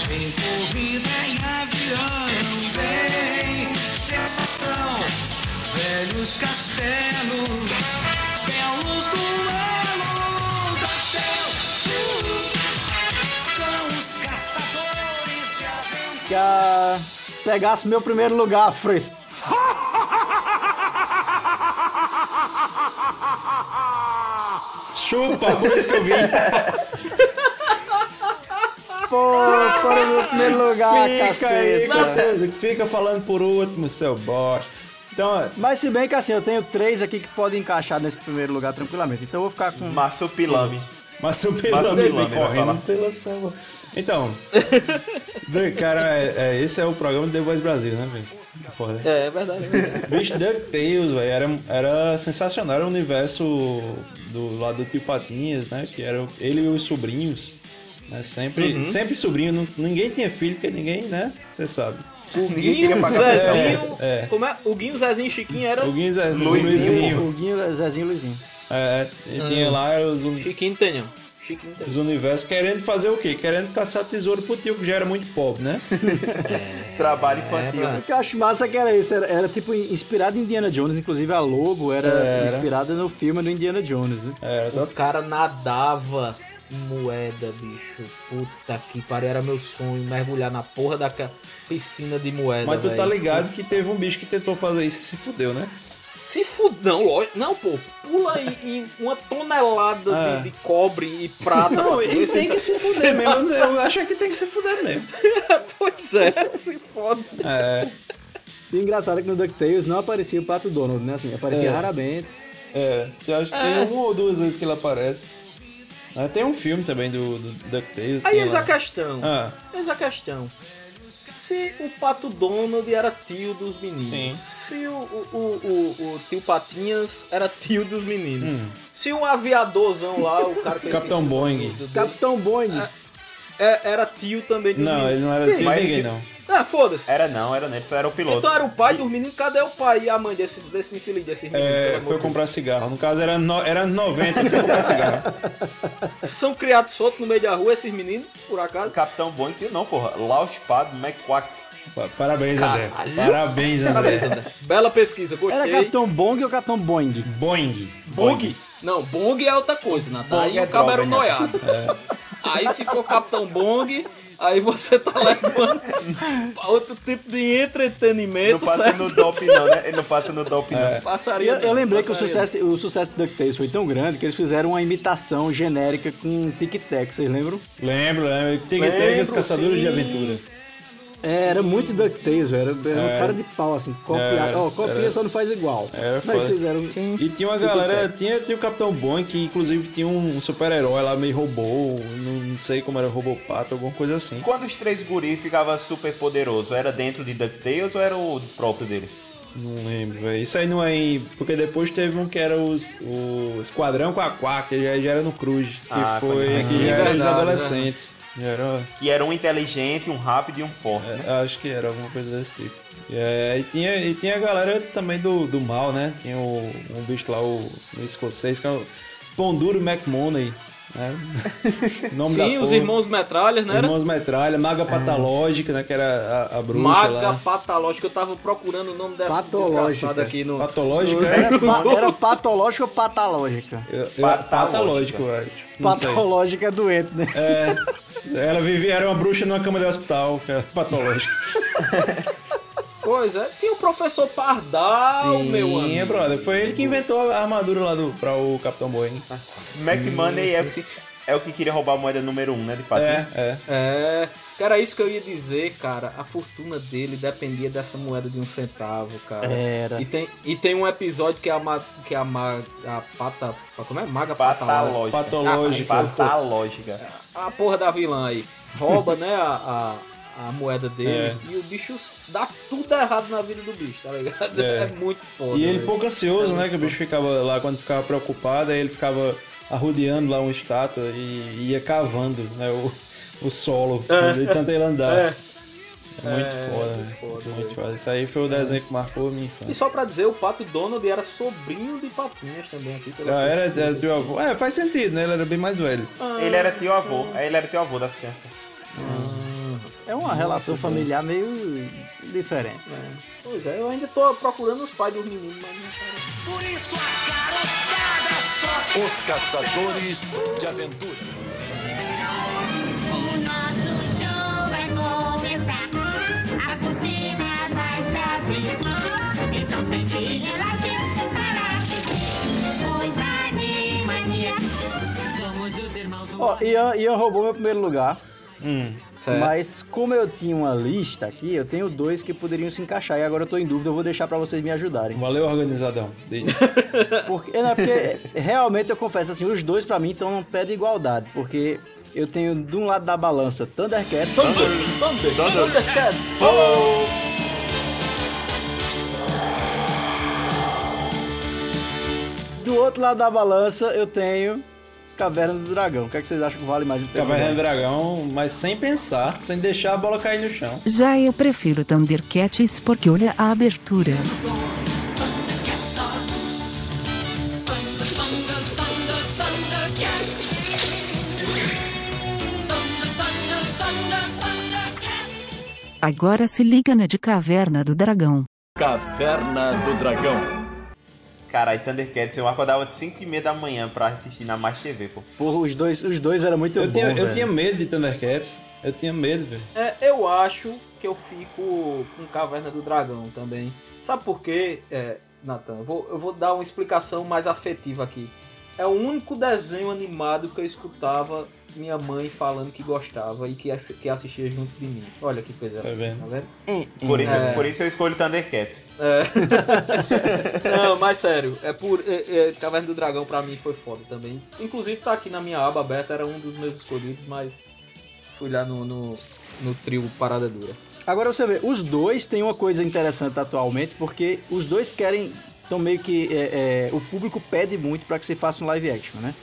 S2: vem corrida em avião, vem sensação, velhos castelos, belos duelos, até são os caçadores de aventura.
S7: Que a... pegasse meu primeiro lugar, Fris.
S4: Chupa, por isso que eu vim.
S7: Pô, para o meu primeiro lugar,
S4: Fica
S7: caceta.
S4: aí, cara. Fica falando por último, seu bosta. Então,
S7: Mas se bem que assim, eu tenho três aqui que podem encaixar nesse primeiro lugar tranquilamente. Então eu vou ficar com...
S8: Marsupilame.
S4: mas o
S8: Mas o
S4: Pelame
S8: Pelame
S4: vem
S8: vai
S4: correndo
S8: falar.
S4: pela samba. Então, bem, cara, é- é, esse é o programa do The Voice Brasil, né, velho? Foda.
S6: É, é verdade. é verdade.
S4: Bicho, DuckTales, velho, era, era sensacional. Era o universo do lado do tio Patinhas, né? Que era ele e os sobrinhos. Né? Sempre,
S8: Uhum.
S4: sempre sobrinho. nu- Ninguém tinha filho, porque ninguém, né? Você sabe.
S8: Ninguém
S6: Guinho,
S8: queria pagar pensão.
S6: Zezinho.
S4: É, é.
S6: Como é? O Guinho, Zezinho e Chiquinho eram.
S4: O Guinzé,
S8: Luizinho.
S4: é Luizinho.
S7: Huguinho, Zezinho e Luizinho.
S4: É, e tinha lá os, uni-
S6: Chiquinho tem, não. Chiquinho tem.
S4: os universos querendo fazer o quê? Querendo caçar tesouro pro tio, que já era muito pobre, né?
S8: um Trabalho infantil.
S6: pra-
S7: O que eu acho massa é que era isso, era, era, tipo inspirado em Indiana Jones, inclusive a logo era,
S4: É, Era.
S7: inspirada no filme do Indiana Jones, né?
S4: É,
S6: O
S4: tá-
S6: cara nadava em moeda, bicho. Puta que pariu, era meu sonho mergulhar na porra da ca- piscina de moeda.
S4: Mas tu tá
S6: velho.
S4: ligado que teve um bicho que tentou fazer isso e se fudeu, né?
S6: Se fudeu. Não, lógico. Não, pô. Pula aí em uma tonelada
S4: É.
S6: de, de cobre e prata. pra
S4: Não,
S6: tu ver
S4: ele
S6: se-
S4: tem que se fuder mesmo. Eu, eu acho é que tem que se fuder mesmo.
S6: Pois é, se foda.
S4: É,
S7: E engraçado é que no DuckTales não aparecia o Pato Donald, né? Assim, aparecia
S4: É.
S7: raramente.
S4: é. Eu acho que tem uma ou duas vezes que ele aparece. Ah, tem um filme também do, do DuckTales.
S6: Aí
S4: tem
S6: eis
S4: lá.
S6: a questão.
S4: Ah,
S6: Eis a questão. Se o Pato Donald era tio dos meninos.
S4: Sim.
S6: Se o, o, o, o- o tio Patinhas era tio dos meninos.
S4: hum.
S6: Se um aviadorzão lá, o cara que eu
S4: Capitão
S6: esqueci o nome
S4: Boeing.
S6: do- do-
S7: Capitão Boing,
S6: É, era tio também dos
S4: Não,
S6: meninos.
S4: ele não é- era tio de
S8: Mas
S4: ninguém,
S8: que-
S4: não.
S6: Ah, foda-se.
S8: Era não, era não, ele só era o piloto.
S6: Então era o pai dos meninos, cadê o pai e a mãe desses, desse infeliz, desses meninos?
S4: É,
S6: pelo
S4: foi
S6: amor de
S4: comprar cigarro. No caso, era, no, era 90 e foi comprar cigarro.
S6: Deus. São criados soltos no meio da rua, esses meninos, por acaso.
S8: Capitão Bom e não, porra. Lauspado McQuack.
S4: Pa- Parabéns, André.
S12: Caralho.
S4: Parabéns,
S6: Parabéns,
S4: André.
S6: André. Bela pesquisa, gostei.
S7: Era Capitão Bong ou Capitão Boing?
S4: Boing.
S6: Bong? Não, Bong é outra coisa, Natal.
S8: Bong
S6: Aí
S8: é
S6: o cabo era um
S8: droga, né?
S6: noiado.
S4: É.
S6: Aí se for Capitão Bong, aí você tá levando outro tipo de entretenimento,
S8: Não passa
S6: certo?
S8: no dope, não, né? Ele não passa no dope, não.
S6: Passaria.
S7: Eu, eu
S6: não,
S7: lembrei que o
S6: passaria
S7: sucesso, o sucesso do DuckTales foi tão grande que eles fizeram uma imitação genérica com Tic Tac, vocês lembram?
S4: Lembro, lembro. Tem que
S6: Lembro,
S4: ter os caçadores
S6: sim.
S4: de aventura.
S7: É, era muito DuckTales, era, era um
S4: É.
S7: cara de pau, assim, copiar.
S4: Era,
S7: ó, copia,
S4: era.
S7: só não faz igual.
S4: Era
S7: Mas
S4: foda.
S7: fizeram...
S4: E tinha uma galera, tinha, tinha o Capitão Bom, que inclusive tinha um super-herói lá meio robô, não não sei como era, robopato, alguma coisa assim.
S8: Quando os três guris ficavam super poderoso, era dentro de DuckTales ou era o próprio deles?
S4: Não lembro, velho. Isso aí não é. em- Porque depois teve um que era os, o Esquadrão com a Quá, que já, já era no Cruz, que
S8: Ah,
S4: foi.
S8: quando-
S6: Ah,
S4: Que já era os
S6: verdade, né?
S4: adolescentes. Já era,
S8: Que era um inteligente, um rápido e um forte, né?
S4: é, acho que era alguma coisa desse tipo. E, é, e tinha, e tinha a galera também do, do mal, né? Tinha o, um bicho lá, o, o escocês, que é o Ponduro McMoney. Né? Nome da
S6: Sim, os
S4: porra.
S6: irmãos metralhas, né? era?
S4: Irmãos Metralha, Maga Patológica, né? Que era a, a bruxa
S6: Maga
S4: lá.
S6: patológica, eu tava procurando o nome dessa
S7: Patológica.
S6: desgraçada aqui no.
S4: Patológica? é?
S7: Era, pa- era patológica ou patalógica?
S4: Eu- eu-
S8: Patológica.
S4: Patológico, eu acho. Não sei.
S7: Patológica é doente, né?
S4: Ela vivia, era uma bruxa numa cama de hospital, que era patológica.
S6: Pois é, tinha o professor Pardal, meu
S4: Sim,
S6: amigo.
S4: é, brother. Foi ele que inventou a armadura lá do, pra o Capitão Boeing.
S8: McMoney é,
S4: assim.
S8: é o que queria roubar a moeda número um, né? De patins.
S4: É, é.
S6: É, cara, isso que eu ia dizer, cara. A fortuna dele dependia dessa moeda de um centavo, cara.
S7: Era.
S4: É.
S6: E tem, e tem um episódio que é a, ma, que é a, ma, a pata. Como é? Maga Patalógica.
S8: Patalógica.
S4: Patológica.
S8: Ah, Patalógica.
S6: A porra da vilã aí. Rouba, né? A, a, a moeda
S4: É.
S6: dele. E o bicho dá tudo errado na vida do bicho, tá ligado? É,
S4: É.
S6: muito foda. É
S4: E ele
S6: velho.
S4: pouco ansioso, né? Que o bicho ficava lá, quando ficava preocupado, aí ele ficava arrodeando lá uma estátua e ia cavando, né? O, o solo, de tanto ele andar.
S6: É.
S4: É muito
S6: É,
S4: foda,
S6: muito foda,
S4: muito foda,
S6: velho. É.
S4: muito foda. Isso aí foi o desenho que marcou a minha infância.
S6: E só pra dizer, o Pato Donald era sobrinho de Patinhas também aqui. pela
S4: Ah, era,
S6: pesquisa.
S4: era teu avô. É, faz sentido, né? Ele era bem mais velho.
S8: Ele era tio avô. Aí Ele era tio avô das crianças.
S6: Ah,
S7: É uma relação familiar meio diferente.
S6: Pois é, eu ainda tô procurando os pais dos meninos, mas não tá.
S10: Os caçadores de aventura.
S5: O nosso show vai começar. A cortina vai se abrir. Então sente e relaxe para seguir. Pois animania. Somos os irmãos do
S7: Ó, Ian, Ian roubou meu primeiro lugar,
S6: Certo.
S7: mas como eu tinha uma lista aqui, eu tenho dois que poderiam se encaixar e agora eu tô em dúvida, eu vou deixar pra vocês me ajudarem.
S4: Valeu, organizadão.
S7: Porque, não, porque realmente eu confesso assim, os dois pra mim estão num pé de igualdade, porque eu tenho de um lado da balança Thundercats
S6: Thunder, Thunder, Thundercats.
S7: do outro lado da balança eu tenho Caverna do Dragão. O que, é que vocês acham que vale mais? do que
S4: Caverna do Dragão, mas sem pensar, sem deixar a bola cair no chão.
S9: Já eu prefiro Thundercats porque olha a abertura. Agora se liga na de Caverna do Dragão.
S12: Caverna do Dragão.
S8: Caralho, Thundercats, eu acordava de 5 e meia da manhã pra assistir na Mais TV, pô.
S7: Porra, os dois, os dois eram muito
S4: Eu,
S7: bons,
S4: tinha, eu
S7: velho.
S4: tinha medo de Thundercats. Eu tinha medo, velho.
S6: É, eu acho que eu fico com Caverna do Dragão também. Sabe por quê, é, Natan? Eu vou, eu vou dar uma explicação mais afetiva aqui. É o único desenho animado que eu escutava minha mãe falando que gostava e que, assi- que assistia junto de mim. Olha que coisa.
S4: Tá vendo?
S6: Tá vendo?
S8: Por isso,
S4: É.
S8: por isso eu escolho Thundercats.
S6: É. Não, mas sério, é por. é- é, Caverna do Dragão pra mim foi foda também. Inclusive tá aqui na minha aba aberta, era um dos meus escolhidos, mas fui lá no, no, no trio Parada Dura.
S7: Agora você vê, os dois têm uma coisa interessante atualmente, porque os dois querem. Então, meio que é, é, o público pede muito pra que você faça um live action, né?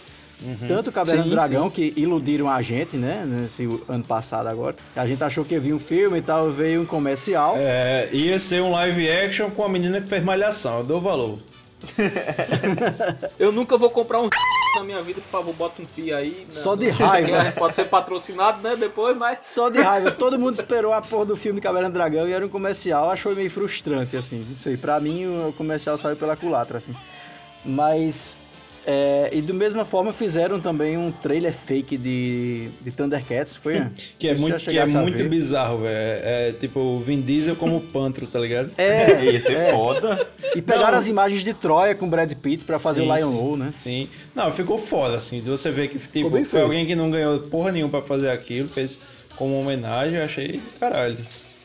S7: Tanto o Caverna
S13: Uhum. Sim,
S7: do Dragão, que iludiram a gente, né? Nesse ano passado agora. A gente achou que havia um filme e tal, veio um comercial.
S4: É, ia ser um live action com a menina que fez malhação, eu dou valor.
S6: Eu nunca vou comprar um na minha vida, por favor, bota um pi aí. né?
S7: Só de
S6: Não sei
S7: raiva.
S6: quem é, Pode ser patrocinado, né? Depois, mas.
S7: Só de raiva. Todo mundo esperou a porra do filme Caverna do Dragão e era um comercial. Achou meio frustrante, assim. Não sei. Pra mim, o comercial saiu pela culatra, assim. Mas... é, e da mesma forma fizeram também um trailer fake de, de Thundercats, foi? né?
S4: Que é
S7: Vocês já
S4: muito, que é
S7: chegaram a
S4: muito
S7: ver?
S4: bizarro, velho. É, é tipo o Vin Diesel como o Pantro, tá ligado?
S7: É,
S8: Ia ser foda.
S7: E pegaram
S4: Não.
S7: as imagens de Troia com Brad Pitt pra fazer
S4: Sim,
S7: o Lion
S4: sim.
S7: Low, né?
S4: Sim. Não, ficou foda, assim. de Você vê que tipo,
S7: bem
S4: foi
S7: feio.
S4: alguém que não ganhou porra nenhuma pra fazer aquilo, fez como homenagem, eu achei caralho.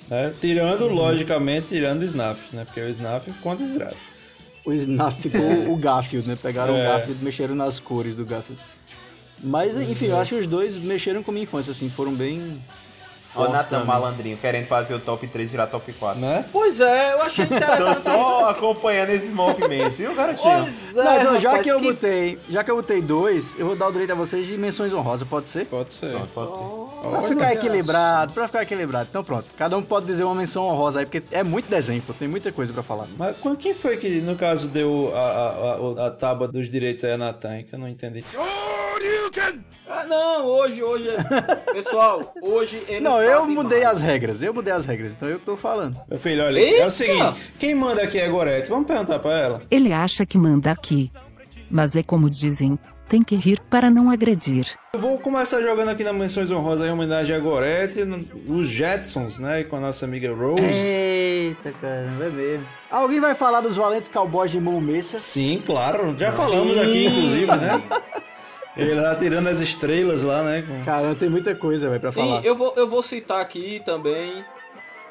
S4: né? Tirando,
S7: Uhum.
S4: logicamente, tirando o Snaf, né? Porque o Snaf ficou uma desgraça.
S7: O Snap ficou o Garfield, né? Pegaram o
S4: É.
S7: Garfield, mexeram nas cores do Garfield. Mas, enfim,
S4: É.
S7: eu acho que os dois mexeram com a minha infância, assim, foram bem.
S8: Ó,
S7: fortes pra
S8: Natan
S7: mim.
S8: malandrinho, querendo fazer o top 3 virar top 4.
S4: Né?
S6: Pois é, eu achei
S8: Então
S6: interessante.
S8: só acompanhando esses movimentos, viu, garotinho?
S6: Pois é,
S7: Não, então, já
S6: rapaz,
S7: que eu botei. Já que eu botei dois, eu vou dar o direito a vocês de menções honrosas, pode ser?
S4: Pode ser.
S8: Pronto, pode ser.
S7: Pra ficar equilibrado, pra ficar equilibrado. Então pronto, cada um pode dizer uma menção honrosa aí, porque é muito desenho, pô, tem muita coisa pra falar.
S4: Mas quando- quem foi que, no caso, deu a, a, a- a tábua dos direitos aí a Natan? hein? Que eu não entendi.
S6: Ah, não, hoje, hoje. é- Pessoal, hoje. ele
S7: Não,
S6: tá
S7: eu
S6: demais.
S7: mudei as regras, eu mudei as regras, então eu que tô falando.
S4: Meu filho, olha, é
S6: Eita!
S4: o seguinte, quem manda aqui é a Gorete, vamos perguntar pra ela.
S9: Ele acha que manda aqui. Mas é como dizem, tem que rir para não agredir.
S4: Eu vou começar jogando aqui na Menções Honrosas em homenagem a Gorete, no- os Jetsons, né, e com a nossa amiga Rose.
S6: É.
S7: Eita, caramba, é mesmo. Alguém vai falar dos valentes cowboys de Mão Mesa?
S4: Sim, claro, já falamos aqui, inclusive, né? Ele lá tirando as estrelas lá, né? com-
S7: Caramba, tem muita coisa, velho, pra
S6: Sim,
S7: falar.
S6: eu vou, eu vou citar aqui também.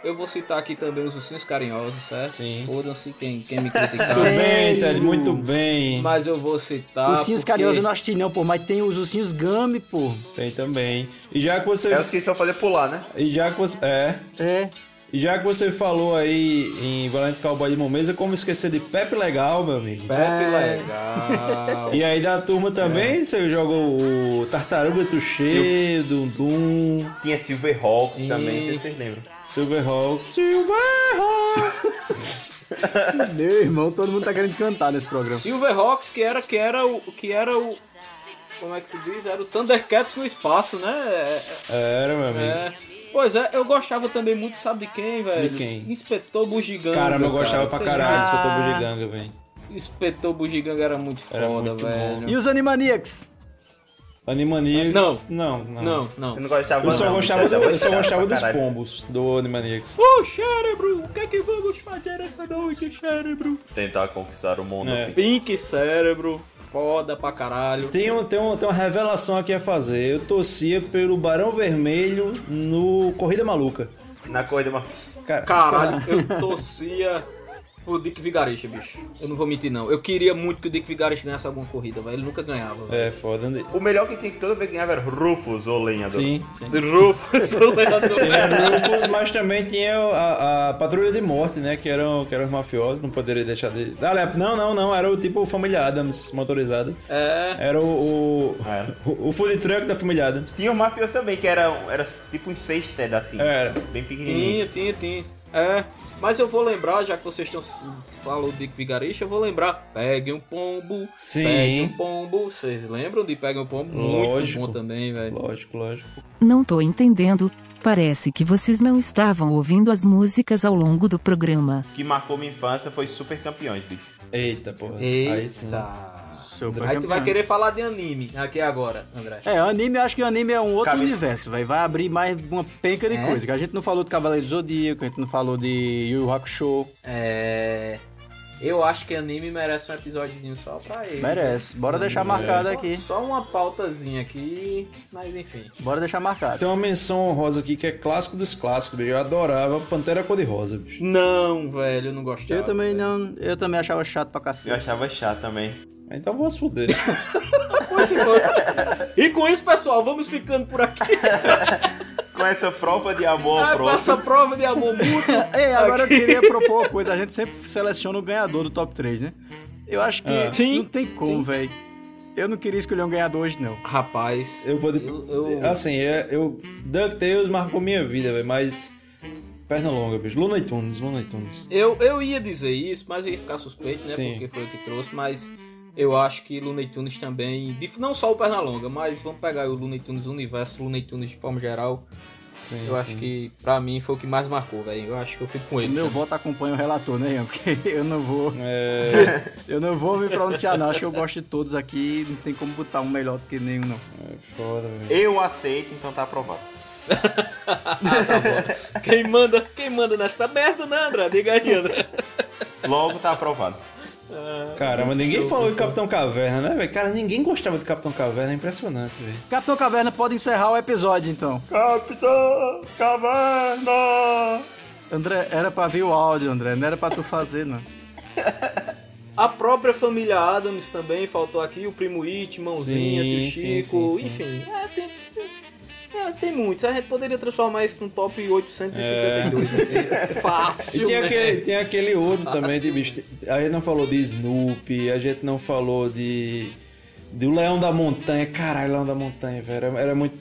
S6: Eu vou citar aqui também os ursinhos carinhosos, certo?
S4: É, Sim.
S6: Fodam-se quem, quem me
S4: Muito
S6: criticar.
S4: bem, Ted, muito bem.
S6: Mas eu vou citar.
S7: Os ursinhos
S6: porque-
S7: carinhosos eu não assisti não, pô, mas tem os ursinhos Gummy, pô.
S4: Tem também. E já que você...
S8: É os que só fazer pular, né?
S4: E já que você... É...
S7: É.
S4: E já que você falou aí em Valente Cowboy de Momesa, como esquecer de Pepe Legal, meu amigo?
S6: Pepe é
S7: é.
S6: legal.
S4: E aí da turma também, você jogou o Tartaruga um Tuxê, Dundum,
S8: Tinha Silverhawks
S4: Ih.
S8: também, não sei se vocês lembram.
S4: Silverhawks. Silverhawks!
S7: Meu irmão, todo mundo tá querendo cantar nesse programa.
S6: Silverhawks, que era, que era o. que era o. Como é que se diz? Era o Thundercats no espaço, né? É,
S4: Era, meu
S6: é,
S4: amigo.
S6: é. Pois é, eu gostava também muito, sabe de quem, velho?
S4: quem?
S6: Inspetor Bugiganga.
S4: Caramba, eu gostava
S6: cara.
S4: pra
S6: Sei
S4: caralho
S6: lá.
S4: desse Copa Bugiganga, velho.
S6: Inspetor Bugiganga era muito foda,
S4: Era muito
S6: velho.
S7: E os Animaniacs?
S4: Animaniacs... Não, não.
S6: Não, não.
S8: Eu não gostava
S4: Eu só
S8: não,
S4: gostava, do- eu só gostava dos
S8: Caralho.
S4: pombos do Animaniacs.
S6: Ô, cérebro, o que é que vamos fazer essa noite, cérebro?
S8: Tentar conquistar o mundo. assim.
S4: É.
S6: Pink cérebro, foda pra caralho.
S4: Tem, um, tem, um, tem uma revelação aqui a fazer. Eu torcia pelo Barão Vermelho no Corrida Maluca.
S8: Na corrida, uma...
S4: Cara,
S6: Caralho, eu torcia pro Dick Vigarista, bicho. Eu não vou mentir, não. Eu queria muito que o Dick Vigarista ganhasse alguma corrida, velho. Ele nunca ganhava, velho.
S4: É, foda. né?
S8: O melhor que tinha que toda vez ganhava era Rufus, ou lenhador.
S4: Sim, sim.
S6: Rufus, o lenhador.
S4: É, Rufus, mas também tinha a, a Patrulha de Morte, né? Que eram, que eram os mafiosos, não poderia deixar de. Aliás, Não, não, não, era o tipo Família Adams motorizado.
S6: É,
S4: Era o. o,
S8: Ah, era?
S4: o, o food truck da Família Adams.
S8: Tinha o mafioso também, que era, era tipo uns seis TED assim.
S4: Era.
S8: Bem pequenininho.
S6: tinha, tinha, tinha. É, mas eu vou lembrar, já que vocês estão falou Dick Vigarista, eu vou lembrar. Pegue um pombo,
S4: Sim.
S6: pegue um pombo. Vocês lembram de Pegue um Pombo?
S4: Lógico.
S6: Muito bom também, velho.
S4: Lógico, lógico.
S9: Não tô entendendo, parece que vocês não estavam ouvindo as músicas ao longo do programa.
S8: O que marcou minha infância foi Super Campeões, bicho.
S4: Eita, porra. Aí sim.
S6: Eita.
S7: Super
S6: Aí tu vai
S7: campeão.
S6: querer falar de anime aqui agora, André.
S7: É, anime, eu acho que anime é um outro
S8: Cabe-
S7: universo, velho. Vai abrir mais uma penca de
S6: É?
S7: coisa. Que a gente não falou do Cavaleiro do Zodíaco, a gente não falou de Yu Yu Hakusho.
S6: É. Eu acho que anime merece um episódiozinho só pra ele.
S7: Merece. Bora deixar marcado
S6: Só,
S7: aqui.
S6: só uma pautazinha aqui, mas enfim.
S7: Bora deixar marcado.
S4: Tem uma menção honrosa aqui que é clássico dos clássicos, bicho. Eu adorava Pantera Cor-de-Rosa, bicho.
S6: Não, velho, eu não gostei.
S7: Eu também não. Eu também achava chato pra
S8: Eu
S7: cacete.
S8: achava chato também.
S4: Então vou se fuder.
S6: E com isso, pessoal, vamos ficando por aqui.
S8: Com essa prova de amor
S6: Ah,
S8: ao
S6: com essa
S8: próximo.
S6: prova de amor mútuo.
S7: Ei, agora eu queria propor uma coisa. A gente sempre seleciona o ganhador do top 3, né? Eu acho que
S4: Ah.
S7: não tem como, velho. Eu não queria escolher um ganhador hoje, não.
S6: Rapaz,
S4: Eu vou de...
S6: Eu- eu-
S4: Assim, é- eu. DuckTales marcou minha vida, velho, mas. Perna longa, bicho. Looney Tunes, Looney Tunes.
S6: eu, eu ia dizer isso, mas eu ia ficar suspeito, né?
S4: Sim.
S6: Porque foi o que trouxe, mas eu acho que Looney Tunes também, dif- não só o Pernalonga, mas vamos pegar o Looney Tunes, o universo Looney Tunes de forma geral,
S4: Sim,
S6: eu acho
S4: sim.
S6: que pra mim foi o que mais marcou, velho. Eu acho que eu fico com
S7: O
S6: ele.
S7: meu
S6: sabe?
S7: voto acompanha o relator, né, Ian? Porque eu não vou. eu não vou me pronunciar, não. Acho que eu gosto de todos aqui. Não tem como botar um melhor do que nenhum, não.
S4: É foda, velho.
S8: Eu aceito, então tá aprovado.
S6: Ah, tá Quem manda, quem manda nessa merda, né, André? Diga aí, André.
S8: Logo tá aprovado.
S4: Caramba, ninguém falou de Capitão Caverna, né, velho? Cara, ninguém gostava de Capitão Caverna, é impressionante, velho.
S7: Capitão Caverna pode encerrar o episódio, então.
S8: Capitão Caverna!
S7: André, era pra vir o áudio, André. Não era pra tu fazer, não.
S6: A própria família Adams também faltou aqui, o primo It, Mãozinha,
S4: Sim,
S6: Tio
S4: sim,
S6: Chico,
S4: sim, sim.
S6: enfim. É, tem, tem, é, tem muitos. A gente poderia transformar isso num top 852. né?
S4: É. E
S6: Fácil,
S4: tem
S6: né?
S4: aquele, tem aquele outro
S6: Ah,
S4: também de bicho. A gente não falou de Snoopy, a gente não falou de. Do Leão da Montanha. Caralho, Leão da Montanha, velho. Era, era muito.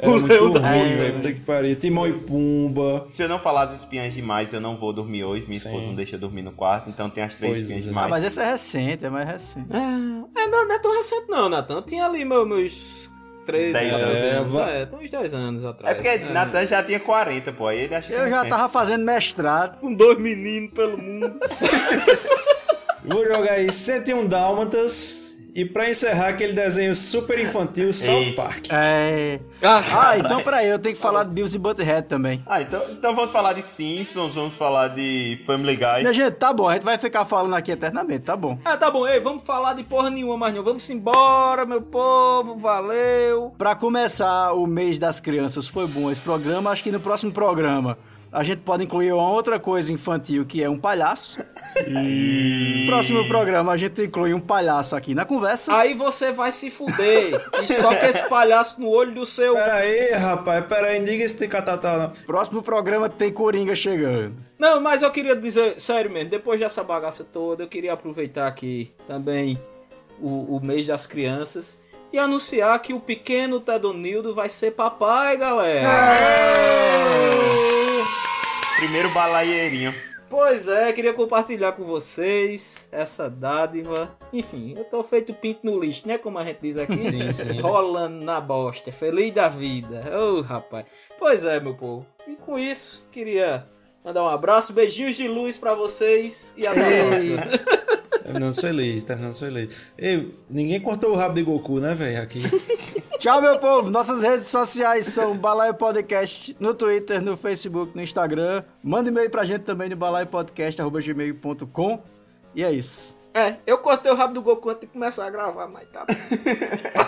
S4: Era
S6: O
S4: muito
S6: Leão da É.
S4: ruim, velho. Puta que pariu. Timão e Pumba.
S8: Se eu não falar dos espiãs demais, eu não vou dormir hoje. Minha
S4: Sim.
S8: esposa não deixa eu dormir no quarto, então tem as três
S4: Pois
S8: espinhas
S4: é.
S8: demais.
S7: Ah, mas essa é recente, é mais recente.
S6: É, é, não, não é tão recente não, Natan. Tinha ali meu- meus 13
S8: Dez
S6: anos.
S4: anos.
S6: É, tem uns 10 anos atrás. né?
S8: É porque Natan já tinha 40, pô. Aí ele acha que é
S7: Eu já
S8: recente.
S7: tava fazendo
S8: é
S7: mestrado.
S6: Com dois meninos pelo mundo.
S4: Vou jogar aí 101 Dálmatas. E pra encerrar aquele desenho super infantil, South
S8: Isso.
S4: Park.
S7: É. Ah, então peraí, eu tenho que falar de Beavis e Butthead também.
S8: Ah, então, então vamos falar de Simpsons, vamos falar de Family Guy.
S7: Minha gente, tá bom, a gente vai ficar falando aqui eternamente, tá bom.
S6: Ah, tá bom. Ei, vamos falar de porra nenhuma mais não. Vamos embora, meu povo. Valeu.
S7: Pra começar o mês das crianças, foi bom esse programa. Acho que no próximo programa a gente pode incluir uma outra coisa infantil que é um palhaço. No próximo programa a gente inclui um palhaço aqui na conversa.
S6: Aí você vai se fuder. E só que esse palhaço no olho do seu.
S4: Pera aí, rapaz. Pera aí, não diga esse ticatata tá, não.
S7: Próximo programa tem Coringa chegando.
S6: Não, mas eu queria dizer, sério mesmo, depois dessa bagaça toda, eu queria aproveitar aqui também o, o mês das crianças e anunciar que o pequeno Tedonildo vai ser papai, galera.
S8: Primeiro balaeirinho.
S6: Pois é, queria compartilhar com vocês essa dádiva. Enfim, eu tô feito pinto no lixo, né? Como a gente diz aqui.
S4: Sim, sim.
S6: Rolando na bosta, feliz da vida. Ô, rapaz. Pois é, meu povo. E com isso, queria mandar um abraço, beijinhos de luz pra vocês e até a próxima.
S4: Terminando sua elite, terminando sua elite. Ei, ninguém cortou o rabo de Goku, né, velho? Aqui.
S7: Tchau, meu povo. Nossas redes sociais são Balaio Podcast no Twitter, no Facebook, no Instagram. Manda e-mail pra gente também no balaiopodcast.gmail.com. E é isso.
S6: É, eu cortei o rabo do Goku antes de começar a gravar, mas tá. bom.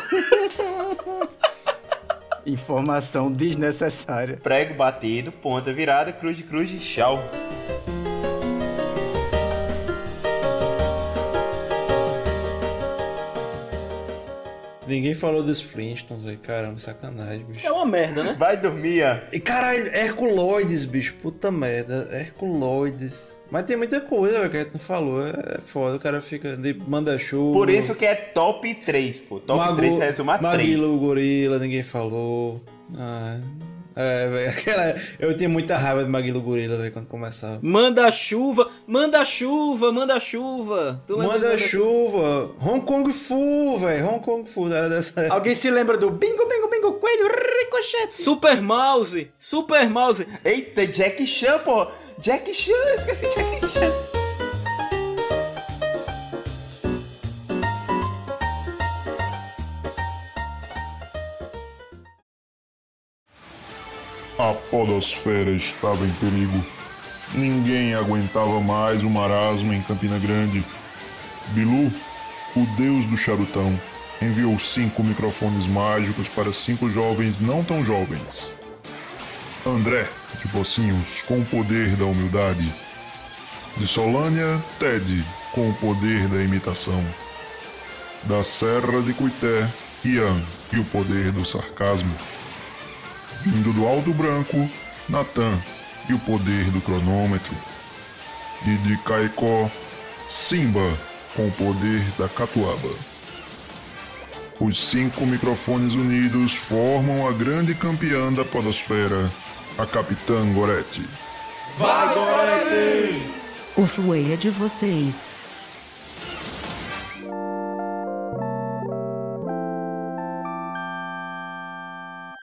S7: Informação desnecessária.
S8: Prego batido, ponta virada, cruz de cruz de tchau.
S4: Ninguém falou dos Flintstones, velho. Caramba, sacanagem, bicho.
S6: É uma merda, né?
S8: Vai dormir, Ian.
S4: E caralho, Herculoides, bicho. Puta merda, Herculoides. Mas tem muita coisa, velho, que a gente não falou. É foda, o cara fica de manda-chuva.
S8: Por isso que é top 3, pô. Top 3 resuma 3.
S4: Maguila, o gorila, ninguém falou. Ah, é, velho, aquela... Eu tinha muita raiva de Maguila, o gorila, velho, quando começava.
S6: Manda chuva, manda chuva, manda chuva. Tu lembra do
S4: Manda-chuva, Hong Kong Fu, velho, Hong Kong Fu, era dessa época.
S7: Alguém se lembra do bingo, bingo, bingo, coelho, ricochete?
S6: Super Mouse, Super Mouse.
S8: Eita, Jack Chan, pô. Jack Chan, esqueci Jack Chan.
S10: A podosfera estava em perigo. Ninguém aguentava mais o marasmo em Campina Grande. Bilu, o deus do charutão, enviou cinco microfones mágicos para cinco jovens não tão jovens. André, de Pocinhos, com o poder da humildade. De Solânia, Ted, com o poder da imitação. Da Serra de Cuité, Ian, e o poder do sarcasmo vindo do Aldo Branco, Natan e o poder do cronômetro. E de Caicó, Simba com o poder da catuaba.
S13: Os cinco microfones unidos formam a grande campeã da podosfera, a Capitã Goretti.
S9: O fuê é de vocês.